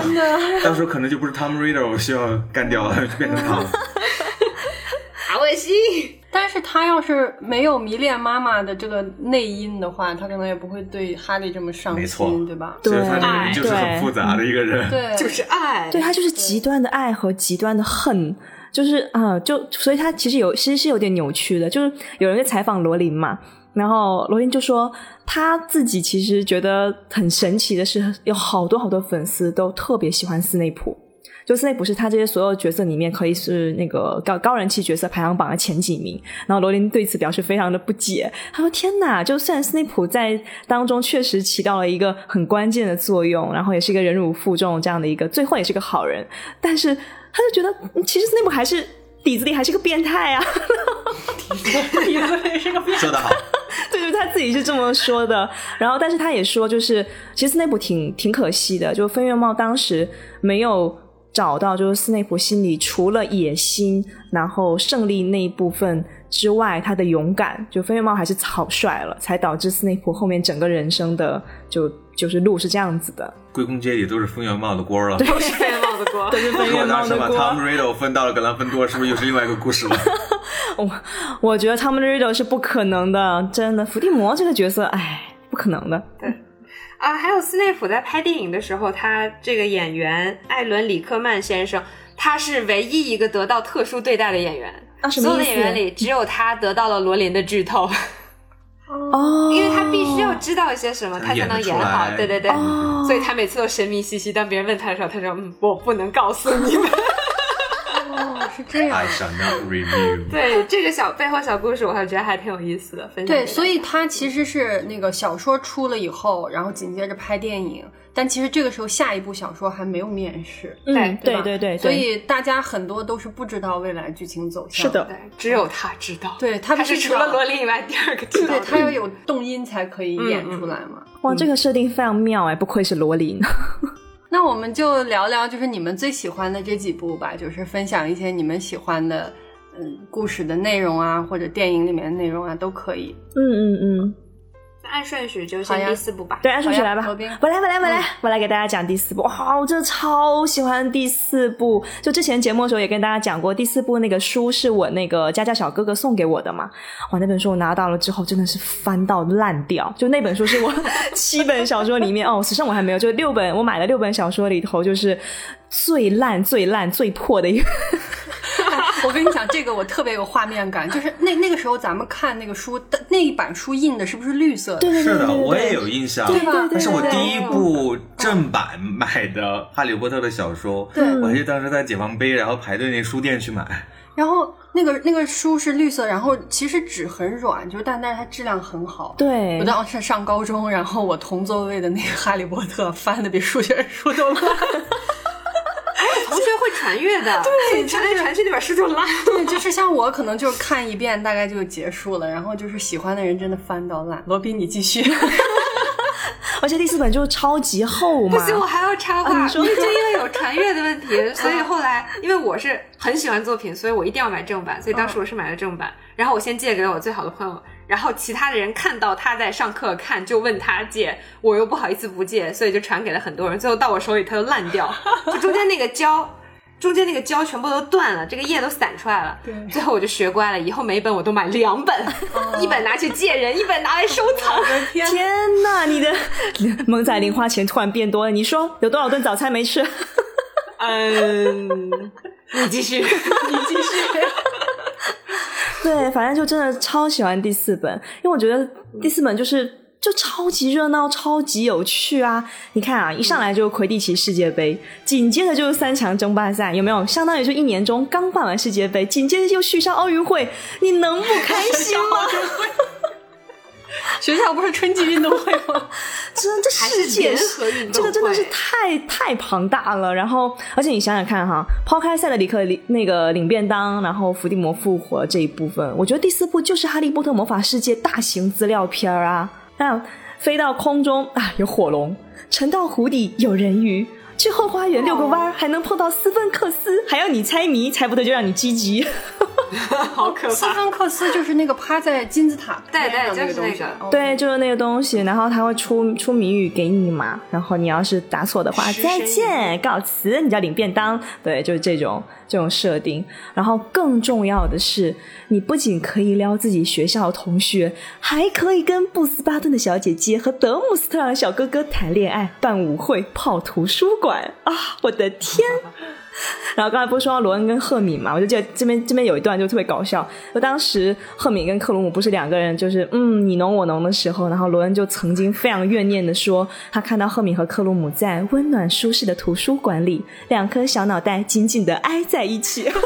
[SPEAKER 4] 到时候可能就不是 Tom Riddle 需要干掉了， [laughs] 就变成他了。
[SPEAKER 3] 好恶心！
[SPEAKER 1] 但是他要是没有迷恋妈妈的这个内因的话，他可能也不会对哈利这么上
[SPEAKER 4] 没错
[SPEAKER 1] 心，对吧？
[SPEAKER 4] 所以
[SPEAKER 2] 对
[SPEAKER 4] 他这个人就是很复杂的一个人。
[SPEAKER 1] 对，
[SPEAKER 3] 就是爱，
[SPEAKER 2] 对他就是极端的爱和极端的恨，就是啊、就所以他其实有其实是有点扭曲的。就是有人在采访罗琳嘛，然后罗琳就说他自己其实觉得很神奇的是，有好多好多粉丝都特别喜欢斯内普。就斯内普是他这些所有角色里面可以是那个高高人气角色排行榜的前几名，然后罗琳对此表示非常的不解，他说：“天哪！就虽然斯内普在当中确实起到了一个很关键的作用，然后也是一个忍辱负重这样的一个，最后也是个好人，但是他就觉得嗯其实斯内普还是底子里还是个变态啊。
[SPEAKER 1] 底子里是个变
[SPEAKER 4] [laughs] 说得好，
[SPEAKER 2] [laughs] 对对，他自己是这么说的。然后，但是他也说，就是其实斯内普挺挺可惜的，就分院帽当时没有找到，就是斯内普心里除了野心，然后胜利那一部分之外，他的勇敢，就分院帽还是草率了，才导致斯内普后面整个人生的就就是路是这样子的。
[SPEAKER 4] 归根结底都是分院帽的锅了。
[SPEAKER 3] 都是被冒的
[SPEAKER 2] [laughs]
[SPEAKER 3] 锅。
[SPEAKER 2] 对，就分
[SPEAKER 4] 如
[SPEAKER 2] 院
[SPEAKER 4] 果 [laughs] 当
[SPEAKER 2] 帽
[SPEAKER 4] 时
[SPEAKER 2] 的
[SPEAKER 4] 把
[SPEAKER 2] 锅。
[SPEAKER 4] Tom Riddle 分到了格兰芬多，是不是又是另外一个
[SPEAKER 2] [laughs]
[SPEAKER 4] 故事了？
[SPEAKER 2] 我觉得 Tom Riddle 是不可能的，真的，伏地魔这个角色，哎，不可能的。
[SPEAKER 3] 啊，还有斯内普在拍电影的时候，他这个演员艾伦·里克曼先生，他是唯一一个得到特殊对待的演员。
[SPEAKER 2] 啊，什
[SPEAKER 3] 所有
[SPEAKER 2] 么
[SPEAKER 3] 的
[SPEAKER 2] 意
[SPEAKER 3] 演员
[SPEAKER 2] 思？
[SPEAKER 3] 里，只有他得到了罗琳的剧透，
[SPEAKER 2] 哦，
[SPEAKER 3] 因为他必须要知道一些什么，他才
[SPEAKER 4] 演
[SPEAKER 3] 能
[SPEAKER 4] 得出
[SPEAKER 3] 演好。
[SPEAKER 4] 来。
[SPEAKER 3] 对对对，
[SPEAKER 2] 哦
[SPEAKER 3] 所以他每次都神秘兮兮。当别人问他的时候，他说：“嗯，我不能告诉你们。 [laughs]
[SPEAKER 1] 哦，是这样
[SPEAKER 4] I。shall 哎 not review。
[SPEAKER 3] 对”这个小背后小故事，我还觉得还挺有意思的。分享给
[SPEAKER 1] 对，
[SPEAKER 3] 大家
[SPEAKER 1] 所以他其实是那个小说出了以后，然后紧接着拍电影，但其实这个时候下一部小说还没有面世，
[SPEAKER 2] 嗯，
[SPEAKER 3] 对
[SPEAKER 2] 对
[SPEAKER 3] 吧
[SPEAKER 2] 对对，
[SPEAKER 1] 所以大家很多都是不知道未来剧情走向。
[SPEAKER 2] 是，的，
[SPEAKER 3] 对，只有他知道。
[SPEAKER 1] 对他
[SPEAKER 3] 他
[SPEAKER 1] 必须
[SPEAKER 3] 是
[SPEAKER 1] 知
[SPEAKER 3] 除
[SPEAKER 1] 道
[SPEAKER 3] 了嗯罗琳以外第二个知道
[SPEAKER 1] 对
[SPEAKER 3] 的。
[SPEAKER 1] 他要有动因才可以演出来嘛。
[SPEAKER 2] 哇，这个设定非常妙哎，不愧是罗琳。
[SPEAKER 1] 那我们就聊聊，就是你们最喜欢的这几部吧，就是分享一些你们喜欢的，嗯，故事的内容啊，或者电影里面的内容啊，都可以。
[SPEAKER 2] 嗯嗯嗯，
[SPEAKER 3] 按顺序就
[SPEAKER 1] 好
[SPEAKER 3] 先
[SPEAKER 1] 呀
[SPEAKER 3] 第四部吧。
[SPEAKER 2] 对，按顺序来吧。
[SPEAKER 1] 何
[SPEAKER 2] 我
[SPEAKER 1] 冰
[SPEAKER 2] 来，我来，我来，我来给大家讲第四部。哇，我真的超喜欢第四部。就之前节目的时候也跟大家讲过，第四部那个书是我那个家教小哥哥送给我的嘛。哇，那本书我拿到了之后，真的是翻到烂掉。就那本书是我 [laughs] 七本小说里面 [laughs] 哦，史上我还没有，就六本我买了六本小说里头，就是最烂、最烂、最破的一个。
[SPEAKER 1] 哎我跟你讲，这个我特别有画面感，就是那那个时候咱们看那个书，但那一版书印的是不是绿色的？
[SPEAKER 4] 是的，我也有印象。
[SPEAKER 1] 吧
[SPEAKER 4] 那是我
[SPEAKER 2] 对对
[SPEAKER 4] 第一部正版买的《哈利波特》的小说，
[SPEAKER 1] 对
[SPEAKER 2] 嗯
[SPEAKER 4] 我还记得当时在解放碑，然后排队那书店去买。
[SPEAKER 1] 然后那个那个书是绿色，然后其实纸很软，就是但但是它质量很好。
[SPEAKER 2] 对
[SPEAKER 1] 我，当时上高中，然后我同座位的那个《哈利波特》翻的比数学书都烂，
[SPEAKER 3] 同学会传阅的，对，传来传去那本书就烂。
[SPEAKER 1] 对，就是像我可能就是看一遍大概就结束了，然后就是喜欢的人真的翻到烂。罗宾，你继续。
[SPEAKER 2] 而且第四本就是超级厚嘛。
[SPEAKER 3] [laughs] 不行，我还要插话，
[SPEAKER 2] 啊你
[SPEAKER 3] 就
[SPEAKER 2] 说
[SPEAKER 3] 因为有传阅的问 [laughs] 题，所以后来因为我是很喜欢作品，所以我一定要买正版，所以当时我是买了正版，然后我先借给我最好的朋友，然后其他的人看到他在上课看，就问他借，我又不好意思不借，所以就传给了很多人，最后到我手里它就烂 [laughs] 掉，就中间那个胶。中间那个胶全部都断了，这个页都散出来了。
[SPEAKER 1] [laughs]
[SPEAKER 3] 最后我就学乖了，以后每一本我都买两本，一本拿去借人，一本拿来收藏。
[SPEAKER 1] 天
[SPEAKER 2] 天呐，你
[SPEAKER 3] [laughs]
[SPEAKER 2] 的萌仔零花钱突然变多了。你说有多少顿早餐没
[SPEAKER 3] [laughs]
[SPEAKER 2] 吃？
[SPEAKER 3] 嗯，你继续，你继续。
[SPEAKER 2] 对，反正就真的超喜欢第四本，因为我觉得第四本就是就超级热闹、超级有趣啊！你看啊，一上来就魁地奇世界杯，紧接着就是三强争霸赛，有没有？相当于就一年中刚办完世界杯，紧接着又续上奥运会，你能不开心吗？
[SPEAKER 1] 学校不是春季运动会吗？
[SPEAKER 2] 真的，这
[SPEAKER 3] [laughs] 还是
[SPEAKER 2] 世界
[SPEAKER 3] 联合运动
[SPEAKER 2] 这个真的是
[SPEAKER 3] 会
[SPEAKER 2] 太太庞大了。然后，而且你想想看哈，抛开塞德里克领那个领便当，然后伏地魔复活这一部分，我觉得第四部就是《哈利波特魔法世界》大型资料片儿啊。那飞到空中啊，有火龙；沉到湖底有人鱼；去后花园遛个弯儿，还能碰到斯芬克斯，还要你猜谜，猜不对就让你积极。
[SPEAKER 3] 好可
[SPEAKER 1] 斯！芬克斯就是那个趴在金字塔
[SPEAKER 3] 对
[SPEAKER 1] 边上
[SPEAKER 3] 对
[SPEAKER 1] 那个
[SPEAKER 3] 就是
[SPEAKER 1] 东西
[SPEAKER 3] 那个。
[SPEAKER 1] 哦
[SPEAKER 2] 对，就是那个东西，然后他会出出谜语给你嘛，然后你要是答错的话，
[SPEAKER 3] 师生
[SPEAKER 2] 再
[SPEAKER 3] 一
[SPEAKER 2] 见，告辞，你就要领便当。对，就是这种这种设定。然后更重要的是，你不仅可以撩自己学校同学，还可以跟布斯巴顿的小姐姐和德姆斯特朗的小哥哥谈恋爱、办舞会、泡图书馆啊！我的天！然后刚才不是说到罗恩跟赫敏嘛，我就记得这边这边有一段就特别搞笑，就当时赫敏跟克鲁姆不是两个人就是嗯你侬我侬的时候，然后罗恩就曾经非常怨念的说，他看到赫敏和克鲁姆在温暖舒适的图书馆里，两颗小脑袋紧紧的挨在一起， [laughs]
[SPEAKER 3] 我记得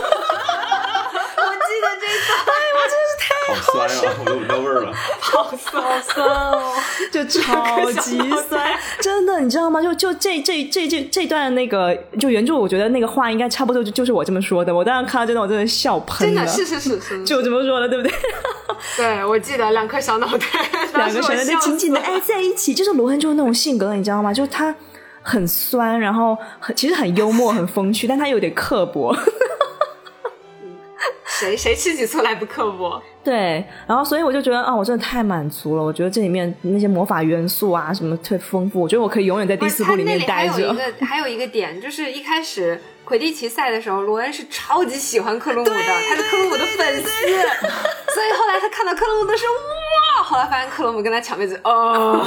[SPEAKER 3] 这个
[SPEAKER 4] 好酸啊，我都闻到味儿了。
[SPEAKER 1] 好酸哦！
[SPEAKER 2] 就超级酸，真的，你知道吗？就就这这这这这段那个就原著，我觉得那个话应该差不多就就是我这么说的，我当时看到这段我真的笑喷
[SPEAKER 3] 真
[SPEAKER 2] 了，
[SPEAKER 3] 的是是是是，
[SPEAKER 2] 就我这么说的，对不对？
[SPEAKER 3] 对我记得两颗小脑袋，
[SPEAKER 2] 两个
[SPEAKER 3] 当
[SPEAKER 2] 神
[SPEAKER 3] 时我
[SPEAKER 2] 人
[SPEAKER 3] 笑
[SPEAKER 2] 就
[SPEAKER 3] 死
[SPEAKER 2] 紧紧的
[SPEAKER 3] 了
[SPEAKER 2] 挨哎在一起，就是罗恩就是那种性格，你知道吗？就是他很酸，然后很其实很幽默、很风趣，但他有点刻薄。 [laughs]
[SPEAKER 3] 谁谁吃起醋来不刻薄？
[SPEAKER 2] 对，然后所以我就觉得啊，我真的太满足了。我觉得这里面那些魔法元素啊，什么特别丰富，我觉得我可以永远在第四
[SPEAKER 3] 不
[SPEAKER 2] 部
[SPEAKER 3] 是他那
[SPEAKER 2] 面
[SPEAKER 3] 里还
[SPEAKER 2] 待
[SPEAKER 3] 有
[SPEAKER 2] 着
[SPEAKER 3] 一。个还有一个点，就是一开始魁地奇赛的时候，罗恩是超级喜欢克鲁姆的，他是克鲁姆的粉丝， [laughs] 所以后来他看到克鲁姆的时候，哇！后来发现克鲁姆跟他抢妹子，
[SPEAKER 2] [laughs]
[SPEAKER 3] 哦，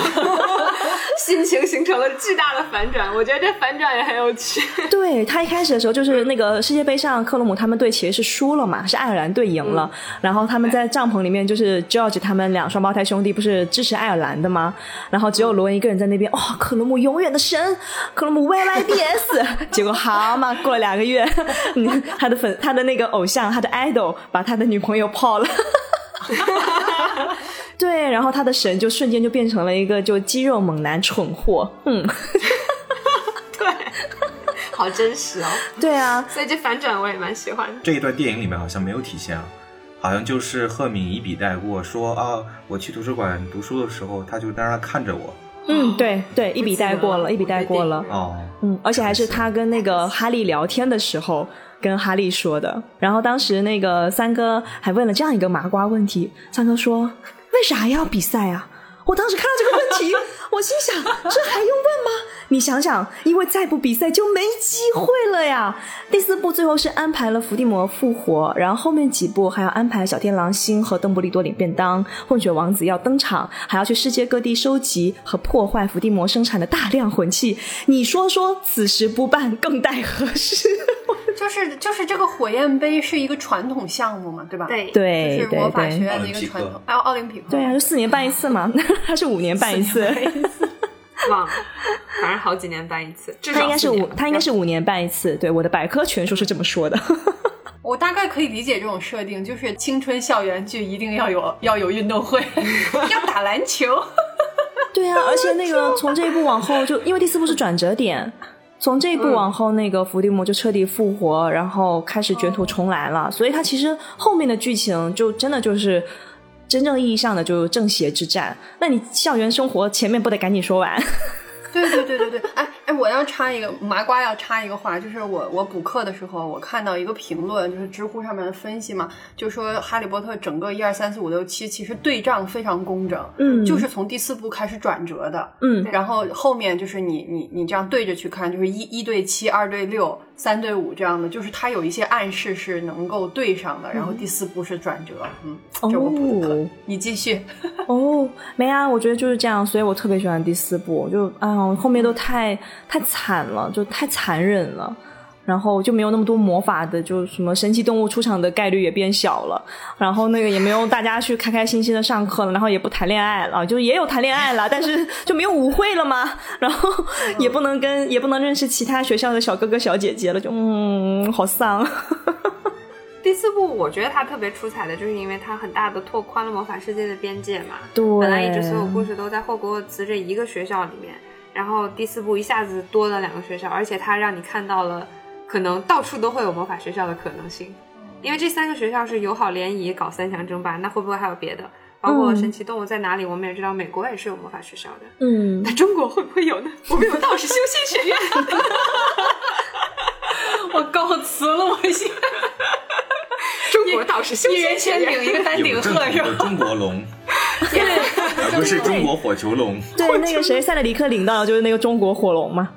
[SPEAKER 3] [laughs] 心情形成了巨大的反转。我觉得这反转也很有趣。
[SPEAKER 2] 对他一开始的时候，就是那个世界杯上，克鲁姆他们队其实是输了嘛，是爱尔兰队赢了。然后他们在帐篷里面，就是 George 他们两双胞胎兄弟不是支持爱尔兰的吗？然后只有罗恩一个人在那边，哇、克鲁姆永远的神，克鲁姆 YYBS。结 [laughs] 果好嘛，过了两个月，嗯他的粉，他的那个偶像，他的 idol 把他的女朋友泡了。 [laughs] 对，然后他的神就瞬间就变成了一个就肌肉猛男蠢货，嗯，
[SPEAKER 3] 好真实哦，
[SPEAKER 2] 对啊，
[SPEAKER 3] 所以这反转我也蛮喜欢的。
[SPEAKER 4] 这一段电影里面好像没有体现啊，好像就是赫敏一笔带过，说啊，我去图书馆读书的时候，他就在那儿看着我。
[SPEAKER 2] 嗯，对对，一笔带过了，一笔带过了。
[SPEAKER 4] 哦，
[SPEAKER 2] 嗯，而且还是他跟那个哈利聊天的时候跟哈利说的。然后当时那个三哥还问了这样一个麻瓜问题，三哥说：“为啥要比赛啊？”我当时看到这个问题，我心想：这还用问吗？你想想，因为再不比赛就没机会了呀。第四部最后是安排了伏地魔复活，然后后面几部还要安排小天狼星和邓布利多领便当，混血王子要登场，还要去世界各地收集和破坏伏地魔生产的大量魂器。你说说，此时不办更待何时？
[SPEAKER 1] 就是就是这个火焰杯是一个传统项目嘛，对吧？，
[SPEAKER 3] 对，
[SPEAKER 2] [laughs] 对
[SPEAKER 1] 就是魔
[SPEAKER 2] 对
[SPEAKER 1] 法学
[SPEAKER 2] 对，
[SPEAKER 1] 院的一个传
[SPEAKER 4] 奥林匹克
[SPEAKER 1] 统，还有奥林匹克。
[SPEAKER 2] 对啊，就四年办一
[SPEAKER 1] [laughs]
[SPEAKER 2] 次嘛，它是五年办一次。
[SPEAKER 3] 忘了，反正好几年办一次，至少
[SPEAKER 2] 它应该是
[SPEAKER 3] 四
[SPEAKER 2] 五
[SPEAKER 3] 年，吧
[SPEAKER 2] 它应该是五年办一次。对，我的百科全书是这么说的。 [laughs]
[SPEAKER 1] 我我大概可以理解这种设定，就是青春校园剧一定要有要有运动会， [laughs] 要打篮球。
[SPEAKER 2] 对啊，而且那个从这一步往后就，因为第四部是转折点，从这一步往后，那个伏地魔就彻底复活，然后开始卷土重来了。所以它其实后面的剧情就真的就是真正意义上的就是正邪之战。那你校园生活前面不得赶紧说完？
[SPEAKER 1] [laughs] 对对对对对，哎哎，我要插一个麻瓜，要插一个话，就是我我补课的时候，我看到一个评论，就是知乎上面的分析嘛，就说《哈利波特》整个一二三四五六七其实对仗非常工整，
[SPEAKER 2] 嗯
[SPEAKER 1] 就是从第四部开始转折的，
[SPEAKER 2] 嗯
[SPEAKER 1] 然后后面就是你你你这样对着去看，就是一一对七，二对六，三对五这样的，就是它有一些暗示是能够对上的，然后第四部是转折，嗯，这是我补的课，
[SPEAKER 2] 哦
[SPEAKER 1] 你继续，
[SPEAKER 2] 哦，没啊，我觉得就是这样，所以我特别喜欢第四部，就啊、后面都太太惨了，就太残忍了。然后就没有那么多魔法的，就什么神奇动物出场的概率也变小了。然后那个也没有大家去开开心心的上课了，然后也不谈恋爱了，就也有谈恋爱了，但是就没有舞会了嘛。然后
[SPEAKER 3] 嗯
[SPEAKER 2] 也不能跟也不能认识其他学校的小哥哥小姐姐了，就嗯，好丧。
[SPEAKER 3] 第四部我觉得它特别出彩的，就是因为它很大的拓宽了魔法世界的边界嘛。
[SPEAKER 2] 对，
[SPEAKER 3] 本来一直所有故事都在霍格沃茨这一个学校里面，然后第四部一下子多了两个学校，而且它让你看到了可能到处都会有魔法学校的可能性，
[SPEAKER 1] 嗯
[SPEAKER 3] 因为这三个学校是友好联谊搞三强争霸，那会不会还有别的？包括
[SPEAKER 2] 嗯
[SPEAKER 3] 神奇动物在哪里，我们也知道美国也是有魔法学校的，
[SPEAKER 2] 嗯
[SPEAKER 3] 那中国会不会有呢？我们有道士修仙
[SPEAKER 1] [laughs]
[SPEAKER 3] 学院。
[SPEAKER 1] [laughs] 我告辞了，我现在
[SPEAKER 3] 中国道士修
[SPEAKER 1] 一人
[SPEAKER 3] 仙学
[SPEAKER 1] 先
[SPEAKER 3] 院
[SPEAKER 1] 顶一个丹顶
[SPEAKER 4] 有正
[SPEAKER 1] 鹤
[SPEAKER 4] 统
[SPEAKER 1] 是吧？
[SPEAKER 4] 的中
[SPEAKER 1] [laughs]
[SPEAKER 4] 国龙，而不是中国火球龙。
[SPEAKER 2] [laughs] 对，那个谁，塞德里克领到的就是那个中国火龙嘛。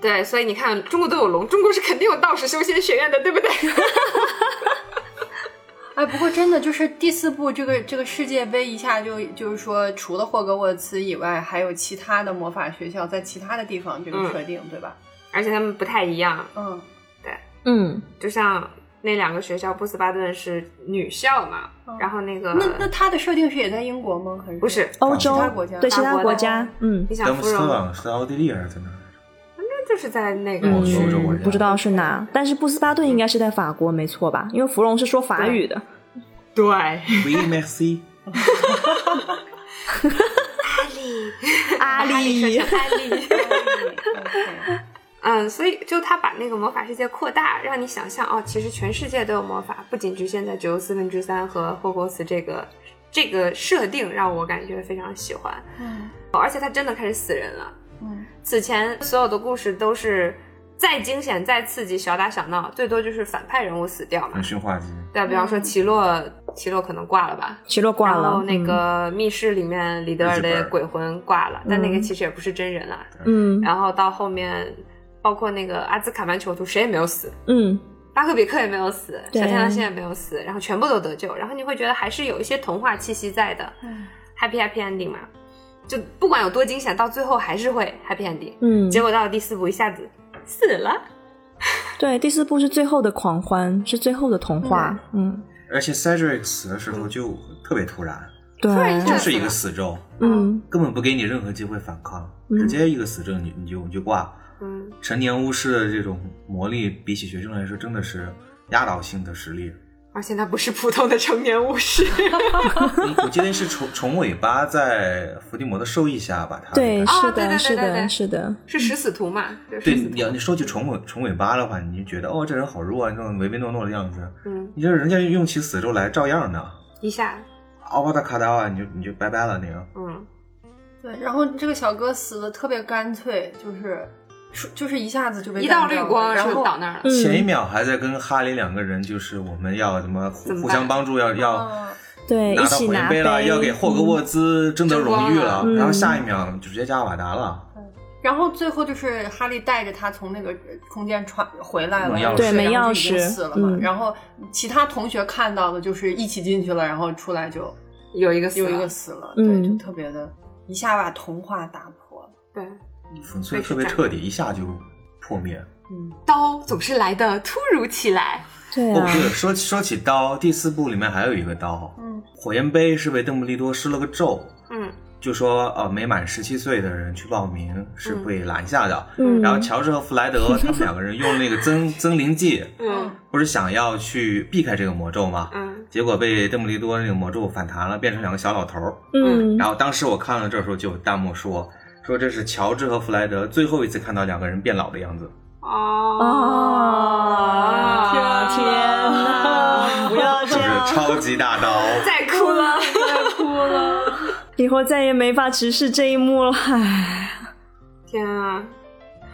[SPEAKER 3] 对，所以你看，中国都有龙，中国是肯定有道士修仙学院的，对不 [laughs] 对？
[SPEAKER 1] 哎，不过真的就是第四部这个这个世界杯一下就就是说，除了霍格沃茨以外，还有其他的魔法学校在其他的地方这
[SPEAKER 3] 嗯
[SPEAKER 1] 个设定，对吧？
[SPEAKER 3] 而且他们不太一样，
[SPEAKER 1] 嗯，
[SPEAKER 2] 嗯，
[SPEAKER 3] 就像那两个学校，波斯巴顿是女校嘛，
[SPEAKER 2] 哦
[SPEAKER 3] 然后那个
[SPEAKER 1] 那那它的设定是也在英国吗？还是
[SPEAKER 3] 嗯不？是，
[SPEAKER 2] 欧洲
[SPEAKER 1] 其他国家
[SPEAKER 2] 对其
[SPEAKER 3] 法
[SPEAKER 2] 他
[SPEAKER 3] 国
[SPEAKER 2] 国
[SPEAKER 3] 的
[SPEAKER 2] 家，嗯，
[SPEAKER 3] 你想
[SPEAKER 4] 詹姆
[SPEAKER 3] 芙
[SPEAKER 4] 斯特
[SPEAKER 3] 蓉
[SPEAKER 4] 朗是在奥地利还是在哪？
[SPEAKER 3] 就是在那个
[SPEAKER 4] 嗯
[SPEAKER 3] 区
[SPEAKER 4] 欧洲国
[SPEAKER 2] 嗯
[SPEAKER 4] 家
[SPEAKER 2] 不知道是哪，但是布斯巴顿应该是在法国，没错吧？因为芙蓉是说法语的。
[SPEAKER 3] 对，
[SPEAKER 4] 维伊梅西，
[SPEAKER 2] 阿里，
[SPEAKER 3] 哈利。 [laughs]
[SPEAKER 1] OK
[SPEAKER 3] 嗯，所以就他把那个魔法世界扩大，让你想象哦，其实全世界都有魔法，不仅局限在九又四分之三和霍格沃茨这个这个设定，让我感觉非常喜欢。
[SPEAKER 1] 嗯
[SPEAKER 3] 而且他真的开始死人了。
[SPEAKER 1] 嗯
[SPEAKER 3] 此前所有的故事都是再惊险、再刺激、小打小闹，最多就是反派人物死掉嘛
[SPEAKER 4] [laughs] 很。驯化机。
[SPEAKER 3] 对啊，比方说奇洛，奇洛可能挂了吧。
[SPEAKER 2] 奇洛嗯挂
[SPEAKER 3] 然
[SPEAKER 2] 了嗯
[SPEAKER 3] 后，那个密室里面李德尔
[SPEAKER 4] 日记
[SPEAKER 3] 的
[SPEAKER 4] 本
[SPEAKER 3] 鬼魂挂了，但那个其实也不是真人啊。
[SPEAKER 2] 嗯
[SPEAKER 3] 然后到后面，包括那个阿兹卡班囚徒，谁也没有死，
[SPEAKER 2] 嗯
[SPEAKER 3] 巴克比克也没有死，
[SPEAKER 2] 对
[SPEAKER 3] 小太阳星也没有死，然后全部都得救，然后你会觉得还是有一些童话气息在的、
[SPEAKER 1] 嗯
[SPEAKER 3] h a p p y happy ending 嘛，就不管有多惊险，到最后还是会 happy ending。
[SPEAKER 2] 嗯，
[SPEAKER 3] 结果到了第四部，一下子死了。
[SPEAKER 2] 对，第四部是最后的狂欢，是最后的童话，嗯，
[SPEAKER 4] 而且 Cedric 死的时候就特别突然，
[SPEAKER 2] 对，
[SPEAKER 3] 然一下
[SPEAKER 4] 就
[SPEAKER 3] 对
[SPEAKER 4] 是一个死咒，
[SPEAKER 2] 嗯
[SPEAKER 4] 根本不给你任何机会反抗，
[SPEAKER 2] 嗯
[SPEAKER 4] 直接一个死咒你你就你就挂。
[SPEAKER 3] 嗯，
[SPEAKER 4] 成年巫师的这种魔力，比起学生来说，真的是压倒性的
[SPEAKER 2] [laughs]
[SPEAKER 4] 实力。
[SPEAKER 3] 而且他不是普通的成年巫 [laughs] 师，
[SPEAKER 4] 我我记得是虫虫尾巴在伏地魔的授意下把他
[SPEAKER 2] 对，
[SPEAKER 4] 给
[SPEAKER 2] 是
[SPEAKER 3] 哦对对对
[SPEAKER 2] 的，是
[SPEAKER 3] 对对
[SPEAKER 2] 的，是的，
[SPEAKER 3] 是食死徒嘛？就是
[SPEAKER 4] 对，
[SPEAKER 3] 食死
[SPEAKER 4] 你要
[SPEAKER 3] 徒。
[SPEAKER 4] 你说起虫尾虫尾巴的话，你就觉得哦，这人好弱啊，那种唯唯诺诺的样子。
[SPEAKER 3] 嗯，
[SPEAKER 4] 你这人家用起死咒来，照样呢，
[SPEAKER 3] 一下，
[SPEAKER 4] 奥巴达卡达啊瓦，你就你就拜拜了那个。
[SPEAKER 3] 嗯，
[SPEAKER 1] 对，然后这个小哥死的特别干脆，就是说就是一下子就被
[SPEAKER 3] 一道
[SPEAKER 1] 干掉
[SPEAKER 3] 绿
[SPEAKER 1] 了
[SPEAKER 3] 光
[SPEAKER 1] 然
[SPEAKER 3] 就
[SPEAKER 1] 后
[SPEAKER 3] 倒那儿了。
[SPEAKER 2] 嗯
[SPEAKER 4] 前一秒还在跟哈利两个人，就是我们要怎么
[SPEAKER 3] 怎么办哦
[SPEAKER 4] 互互相帮助，要要
[SPEAKER 1] 嗯
[SPEAKER 2] 对，一
[SPEAKER 4] 拿到
[SPEAKER 2] 起
[SPEAKER 4] 火焰
[SPEAKER 2] 拿杯
[SPEAKER 4] 杯了，要给霍格沃
[SPEAKER 2] 嗯
[SPEAKER 4] 兹争得荣誉了
[SPEAKER 2] 嗯，
[SPEAKER 4] 然后下一秒就直接加瓦达了。
[SPEAKER 1] 然后最后就是哈利带着他从那个空间传回来了，
[SPEAKER 4] 没钥匙
[SPEAKER 1] 然后
[SPEAKER 2] 对没
[SPEAKER 1] 然后
[SPEAKER 2] 钥匙
[SPEAKER 1] 就已经死了嘛。
[SPEAKER 2] 嗯
[SPEAKER 1] 然后其他同学看到的就是一起进去了，然后出来就
[SPEAKER 3] 有一个死啊
[SPEAKER 1] 有
[SPEAKER 3] 了
[SPEAKER 1] 一个死了，
[SPEAKER 2] 嗯
[SPEAKER 1] 对，就特别的一下把童话打破了。
[SPEAKER 3] 对，
[SPEAKER 4] 粉碎特别彻底，一下就破灭。
[SPEAKER 1] 嗯，
[SPEAKER 3] 刀总是来的突如其来。
[SPEAKER 2] 对
[SPEAKER 4] 哦，
[SPEAKER 2] 啊
[SPEAKER 4] 不，是，说起说起刀，第四部里面还有一个刀，
[SPEAKER 1] 嗯，
[SPEAKER 4] 火焰杯是被邓布利多施了个咒，
[SPEAKER 3] 嗯，
[SPEAKER 4] 就说呃没满十七岁的人去报名是会拦下的。
[SPEAKER 2] 嗯
[SPEAKER 4] 然后乔治和弗莱
[SPEAKER 2] [laughs]
[SPEAKER 4] 德他们两个人用那个增增灵剂，
[SPEAKER 3] 嗯
[SPEAKER 4] 不是想要去避开这个魔咒吗？
[SPEAKER 3] 嗯
[SPEAKER 4] 结果被邓布利多那个魔咒反弹了，变成两个小老头儿。
[SPEAKER 2] 嗯
[SPEAKER 4] 然后当时我看到这儿的时候，就有弹幕说说这是乔治和弗莱德最后一次看到两个人变老的样子。
[SPEAKER 2] 啊
[SPEAKER 3] 哦
[SPEAKER 2] 天哪！
[SPEAKER 3] [laughs]
[SPEAKER 2] 不要
[SPEAKER 4] 就
[SPEAKER 2] 这
[SPEAKER 4] 是
[SPEAKER 2] 样，
[SPEAKER 4] 超级大刀，
[SPEAKER 3] 再啊哦哭了，
[SPEAKER 1] 哭了。
[SPEAKER 2] [laughs] 以后再也没法直视这一幕了。唉，
[SPEAKER 3] 天啊！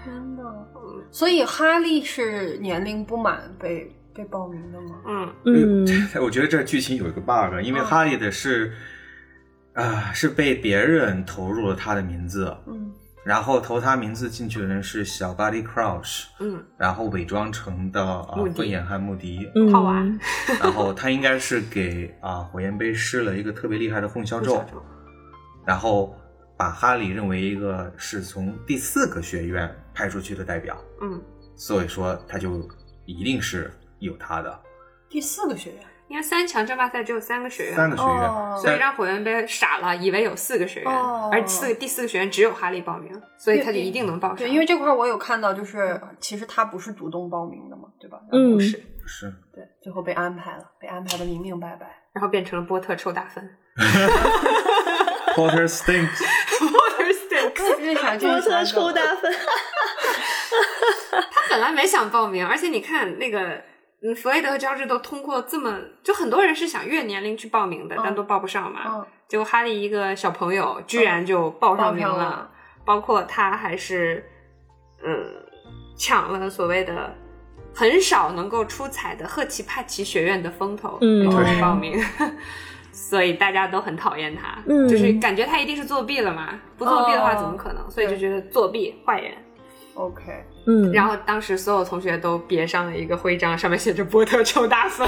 [SPEAKER 1] 真的，所以哈利是年龄不满被被报名的吗？
[SPEAKER 3] 嗯
[SPEAKER 2] 嗯，
[SPEAKER 4] [laughs] 我觉得这剧情有一个 bug，因为哈利的是，啊、是被别人投入了他的名字，
[SPEAKER 1] 嗯，
[SPEAKER 4] 然后投他名字进去的人是小 Buddy Crouch，
[SPEAKER 3] 嗯
[SPEAKER 4] 然后伪装成的啊
[SPEAKER 3] 穆迪
[SPEAKER 4] 混眼汉穆迪，
[SPEAKER 2] 嗯
[SPEAKER 3] 好玩。
[SPEAKER 4] 然后他应该是给啊火焰杯施了一个特别厉害的混淆咒，然后把哈利认为一个是从第四个学院派出去的代表，
[SPEAKER 3] 嗯，
[SPEAKER 4] 所以说他就一定是有他的
[SPEAKER 1] 第四个学院，
[SPEAKER 3] 因为三强争霸赛只有三个学院，
[SPEAKER 4] 三个学院，
[SPEAKER 1] 哦
[SPEAKER 3] 所以
[SPEAKER 4] 但
[SPEAKER 3] 让火焰杯傻了，以为有四个学院，
[SPEAKER 1] 哦
[SPEAKER 3] 而四个第四个学院只有哈利报名，所以他就一定能报上。
[SPEAKER 1] 对，因为这块儿我有看到，就是其实他不是主动报名的嘛，对吧？
[SPEAKER 2] 嗯
[SPEAKER 1] 不是，
[SPEAKER 4] 不是。
[SPEAKER 1] 对，最后被安排了，被安排的明明白
[SPEAKER 3] [laughs]
[SPEAKER 1] 白。
[SPEAKER 3] 然后变成了波特臭打分
[SPEAKER 4] Porter Stinks，
[SPEAKER 3] ，Potter Stinks。
[SPEAKER 1] 为啥这
[SPEAKER 2] 波
[SPEAKER 1] 三个 [laughs]
[SPEAKER 2] 特抽大分，
[SPEAKER 3] 他本来没想报名，而且你看那个，嗯，弗雷德和乔治都通过这么，就很多人是想越年龄去报名的，
[SPEAKER 1] 嗯
[SPEAKER 3] 但都报不上嘛。
[SPEAKER 1] 嗯
[SPEAKER 3] 结果哈利一个小朋友居然就报上名
[SPEAKER 1] 报上
[SPEAKER 3] 了
[SPEAKER 1] 了，
[SPEAKER 3] 包括他还是，嗯，抢了所谓的很少能够出彩的赫奇帕奇学院的风头，
[SPEAKER 2] 嗯
[SPEAKER 3] 没有
[SPEAKER 4] 对
[SPEAKER 3] 报名。 [laughs] 所以大家都很讨厌他，
[SPEAKER 2] 嗯
[SPEAKER 3] 就是感觉他一定是作弊了嘛，不作弊的话
[SPEAKER 1] 哦
[SPEAKER 3] 怎么可能？所以就
[SPEAKER 1] 对
[SPEAKER 3] 觉得作弊坏人。
[SPEAKER 1] OK，
[SPEAKER 2] 嗯， [laughs]
[SPEAKER 3] 然后当时所有同学都别上了一个徽章，上面写着“波特臭大
[SPEAKER 2] [laughs]
[SPEAKER 3] 粪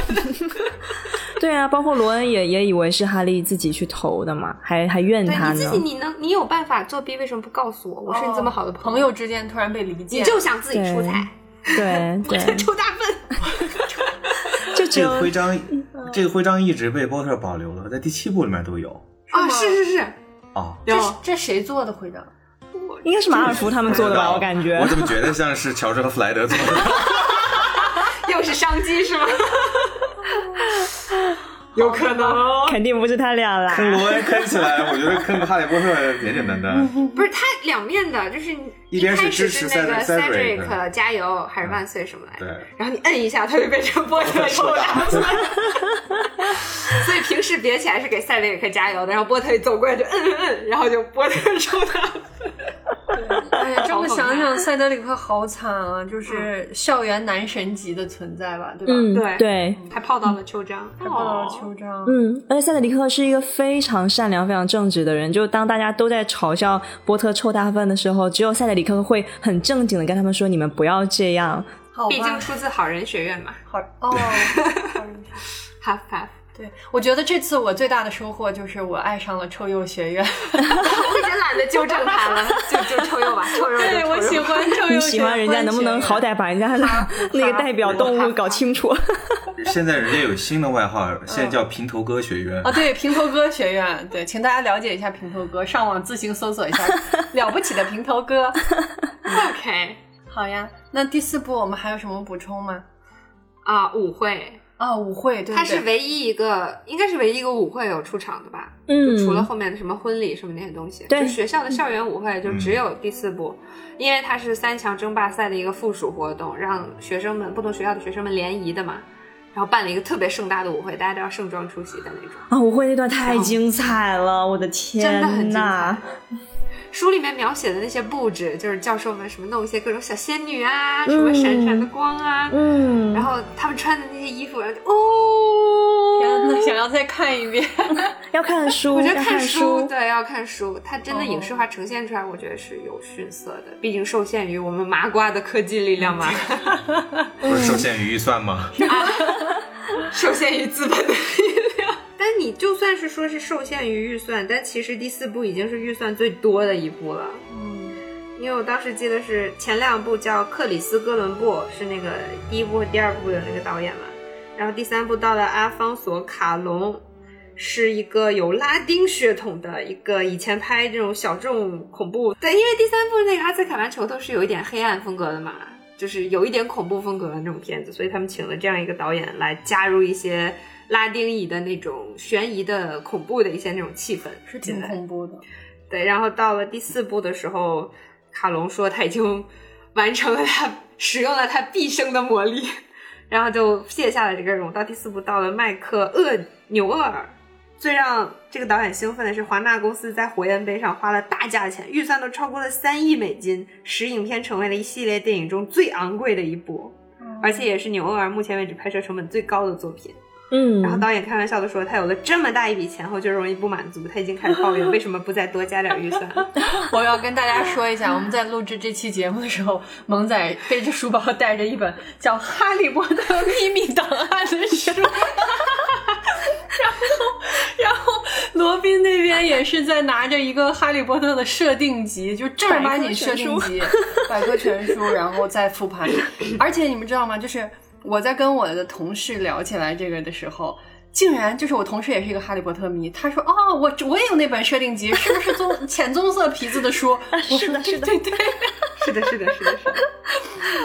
[SPEAKER 2] 对啊，包括罗恩也也以为是哈利自己去投的嘛，还还”怨
[SPEAKER 3] 对
[SPEAKER 2] 他哦
[SPEAKER 3] 你自
[SPEAKER 2] 呢
[SPEAKER 3] 己，。你能，你有办法作弊，为什么不告诉我？我是你这么好的
[SPEAKER 1] 朋
[SPEAKER 3] 友，
[SPEAKER 1] 友之间突然被离间，
[SPEAKER 3] 你就想自己出彩， [laughs]
[SPEAKER 2] 对
[SPEAKER 3] 波特
[SPEAKER 2] 对，
[SPEAKER 3] 臭大
[SPEAKER 2] [laughs]
[SPEAKER 3] 粪。
[SPEAKER 2] 就只
[SPEAKER 4] 这
[SPEAKER 2] 有
[SPEAKER 4] 个徽章，这个徽章一直被波特保留了，在第七部里面都有
[SPEAKER 3] 啊，是是是，
[SPEAKER 4] 啊。
[SPEAKER 1] 这
[SPEAKER 3] 有
[SPEAKER 1] 是这谁做的徽章？
[SPEAKER 2] 应该是马尔福他们做 [laughs] 的吧，我感觉
[SPEAKER 4] 我。怎么觉得像是乔治和弗莱德做的？ [laughs]
[SPEAKER 3] 又是商机
[SPEAKER 2] [laughs]
[SPEAKER 3] 是吗？有可能，
[SPEAKER 2] [laughs] 肯定不是他俩
[SPEAKER 4] 坑
[SPEAKER 2] 啦，
[SPEAKER 4] 罗恩坑起来，我觉得坑个哈利波特简简单单。
[SPEAKER 3] 不是他两面的，就是你
[SPEAKER 4] 一边是
[SPEAKER 3] 开始
[SPEAKER 4] 支持嗯
[SPEAKER 3] 是那个
[SPEAKER 4] Cedric，
[SPEAKER 3] Cedric 加油还是万岁什么来着？
[SPEAKER 4] 对，
[SPEAKER 3] 然后你摁一下，它就变成
[SPEAKER 1] [laughs]
[SPEAKER 3] 波特臭大粪。 [laughs] 所以平时别起来是给塞维克加油的，然后波特一走过来就摁摁摁，然后就波特 [laughs] 臭大粪。
[SPEAKER 1] [laughs] 哎呀，这么
[SPEAKER 3] 嘲讽他
[SPEAKER 1] 想想，塞德里克好惨啊，就是校园男神级的存在吧，对吧？
[SPEAKER 2] 嗯，
[SPEAKER 3] 对
[SPEAKER 2] 对，
[SPEAKER 3] 还泡到了秋章，还
[SPEAKER 1] 还报到了秋章，
[SPEAKER 2] 嗯，而且塞德里克是一个非常善良、非常正直的人。就当大家都在嘲笑波特臭大粪的时候，只有塞德里克会很正经的跟他们说：“你们不要这样。
[SPEAKER 1] 好吧
[SPEAKER 3] 毕，竟出自好人学院嘛，
[SPEAKER 1] 好哦，好人生
[SPEAKER 3] 哈哈。
[SPEAKER 1] 对，我觉得这次我最大的收获就是我爱上了臭鼬学院。
[SPEAKER 3] 我已经懒得纠正他了，就就臭�鼬吧，臭鼬就
[SPEAKER 1] [laughs]
[SPEAKER 3] 臭鼬。
[SPEAKER 1] 对，我喜欢臭鼬学院。
[SPEAKER 2] [laughs] 你喜欢人家，能不能好歹把人家的那个代表动物搞清 [laughs] 楚？
[SPEAKER 4] 现在人家有新的外号，现在叫平头哥学院
[SPEAKER 1] 啊，。对，平头哥学院，对，请大家了解一下平头哥，上网自行搜索一
[SPEAKER 2] [laughs]
[SPEAKER 1] 下了不起的平头哥。
[SPEAKER 3] OK
[SPEAKER 1] 好呀，那第四部我们还有什么补充吗？
[SPEAKER 3] 啊，舞会，
[SPEAKER 1] 啊，舞会，对对对，
[SPEAKER 3] 他是唯一一个，应该是唯一一个舞会有出场的吧？
[SPEAKER 2] 嗯，
[SPEAKER 3] 除了后面的什么婚礼什么那些东西，
[SPEAKER 2] 对嗯
[SPEAKER 3] 就学校的校园舞会就只有第四部，因为它是三强争霸赛的一个附属活动，让学生们不同学校的学生们联谊的嘛，然后办了一个特别盛大的舞会，大家都要盛装出席的那种，
[SPEAKER 2] 啊，舞会那段太精彩了，我的
[SPEAKER 3] 真的很
[SPEAKER 2] 天
[SPEAKER 3] 精彩
[SPEAKER 2] 呐！。
[SPEAKER 3] 书里面描写的那些布置，就是教授们什么弄一些各种小仙女啊，什么闪闪的光啊，
[SPEAKER 2] 嗯，
[SPEAKER 3] 然后他们穿的那些衣服，然后就哦，
[SPEAKER 1] 天呐， [laughs] 想要再看一遍。 [laughs]
[SPEAKER 2] 要看书，
[SPEAKER 3] 哎我觉得
[SPEAKER 2] 要
[SPEAKER 3] 看
[SPEAKER 2] 书，
[SPEAKER 3] 对，要看书。它真的
[SPEAKER 1] 哦
[SPEAKER 3] 影视化呈现出来，我觉得是有逊色的，毕竟受限于我们麻瓜的科技力量嘛，
[SPEAKER 4] 不是受限于预算吗？
[SPEAKER 3] 受限于资本的力量。 [laughs] 但你就算是说是受限于预算，但其实第四部已经是预算最多的一部了。
[SPEAKER 1] 嗯，
[SPEAKER 3] 因为我当时记得是前两部叫克里斯·哥伦布，是那个第一部和第二部有那个导演嘛，然后第三部到了阿方索·卡隆，是一个有拉丁血统的一个以前拍这种小众恐怖，对，因为第三部那个《阿兹卡班囚徒》是有一点黑暗风格的嘛，就是有一点恐怖风格的那种片子，所以他们请了这样一个导演来加入一些拉丁裔的那种悬疑的恐怖的一些那种气氛，
[SPEAKER 1] 是
[SPEAKER 3] 进
[SPEAKER 1] 挺
[SPEAKER 3] 来
[SPEAKER 1] 恐怖的。
[SPEAKER 3] 对，然后到了第四部的时候，卡隆说他已经完成了他使用了他毕生的魔力，然后就卸下了这个任务。到第四部，到了麦克厄纽厄尔，最让这个导演兴奋的是，华纳公司在《火焰杯》上花了大价钱，预算都超过了三亿美金，使影片成为了一系列电影中最昂贵的一部，而且也是纽厄尔目前为止拍摄成本最高的作品。
[SPEAKER 2] 嗯，
[SPEAKER 3] 然后导演开玩笑的说，他有了这么大一笔钱后就容易不满足，他已经开始抱怨为什么不再多加点预算。
[SPEAKER 1] 我要跟大家说一下，我们在录制这期节目的时候，萌仔背着书包，带着一本叫《哈利波特秘密档案》的书。 [laughs] 然后，然后罗宾那边也是在拿着一个《哈利波特》的设定集，就正儿八经设定集、百科全书，然后再复盘。而且你们知道吗？就是我在跟我的同事聊起来这个的时候，竟然就是我同事也是一个哈利波特迷，他说：“哦，我我也有那本设定集，是不是棕浅棕色皮子的书？”我
[SPEAKER 2] 是
[SPEAKER 1] 说
[SPEAKER 2] 的是的
[SPEAKER 1] 对对对。
[SPEAKER 3] 是的，是的，是的，是的。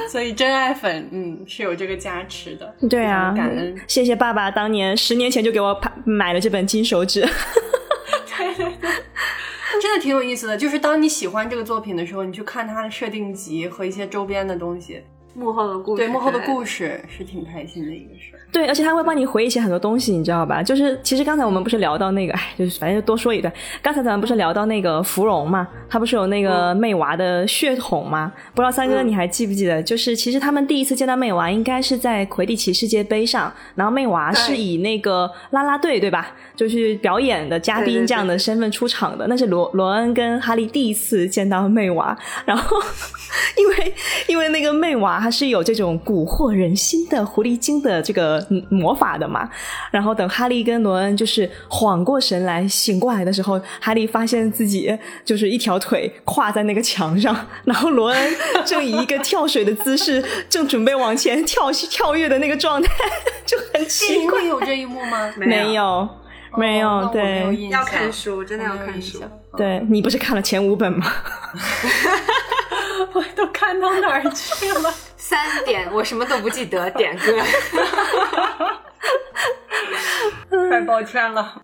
[SPEAKER 1] 所以真爱粉，嗯，是有这个加持的。
[SPEAKER 2] 对啊
[SPEAKER 1] 非常，感恩。
[SPEAKER 2] 谢谢爸爸当年十年前就给我拍买了这本《金手指》。
[SPEAKER 1] 真的挺有意思的，就是当你喜欢这个作品的时候，你去看它的设定集和一些周边的东西，
[SPEAKER 3] 幕后的故事，
[SPEAKER 1] 对幕后的故事是挺开心的一个事儿。
[SPEAKER 2] 对，而且他会帮你回忆起很多东西，你知道吧？就是其实刚才我们不是聊到那个，哎，就是反正就多说一段。刚才咱们不是聊到那个芙蓉嘛，她不是有那个妹娃的血统吗？不知道三哥你还记不记得？就是其实他们第一次见到妹娃，应该是在魁地奇世界杯上，然后妹娃是
[SPEAKER 3] 对
[SPEAKER 2] 以那个啦啦队对吧，就是表演的嘉
[SPEAKER 3] 对对
[SPEAKER 2] 宾
[SPEAKER 3] 对
[SPEAKER 2] 这样的身份出场的。那是罗罗恩跟哈利第一次见到妹娃， [laughs] 然后因为因为那个妹娃她是有这种蛊惑人心的狐狸精的这个嗯魔法的嘛，然后等哈利跟罗恩就是缓过神来醒过来的时候，哈利发现自己就是一条腿跨在那个墙上， [laughs] 然后罗恩正以一个跳水的姿势正准备往前跳跳跃的那个状态， [laughs] 就很
[SPEAKER 1] 电
[SPEAKER 2] 奇
[SPEAKER 1] 影
[SPEAKER 2] 怪。
[SPEAKER 1] 里有这一幕吗？
[SPEAKER 2] 没有，没有，
[SPEAKER 1] 哦那我没有
[SPEAKER 2] 对
[SPEAKER 1] 印象
[SPEAKER 3] 要看书，真的要
[SPEAKER 1] 我没有
[SPEAKER 3] 看
[SPEAKER 1] 印
[SPEAKER 3] 书。
[SPEAKER 1] 象
[SPEAKER 2] 对，你不是看了前五本吗？
[SPEAKER 1] 我都看到哪儿去了？
[SPEAKER 3] 三点，我什么都不记得，点歌。
[SPEAKER 1] 嗯太抱歉了。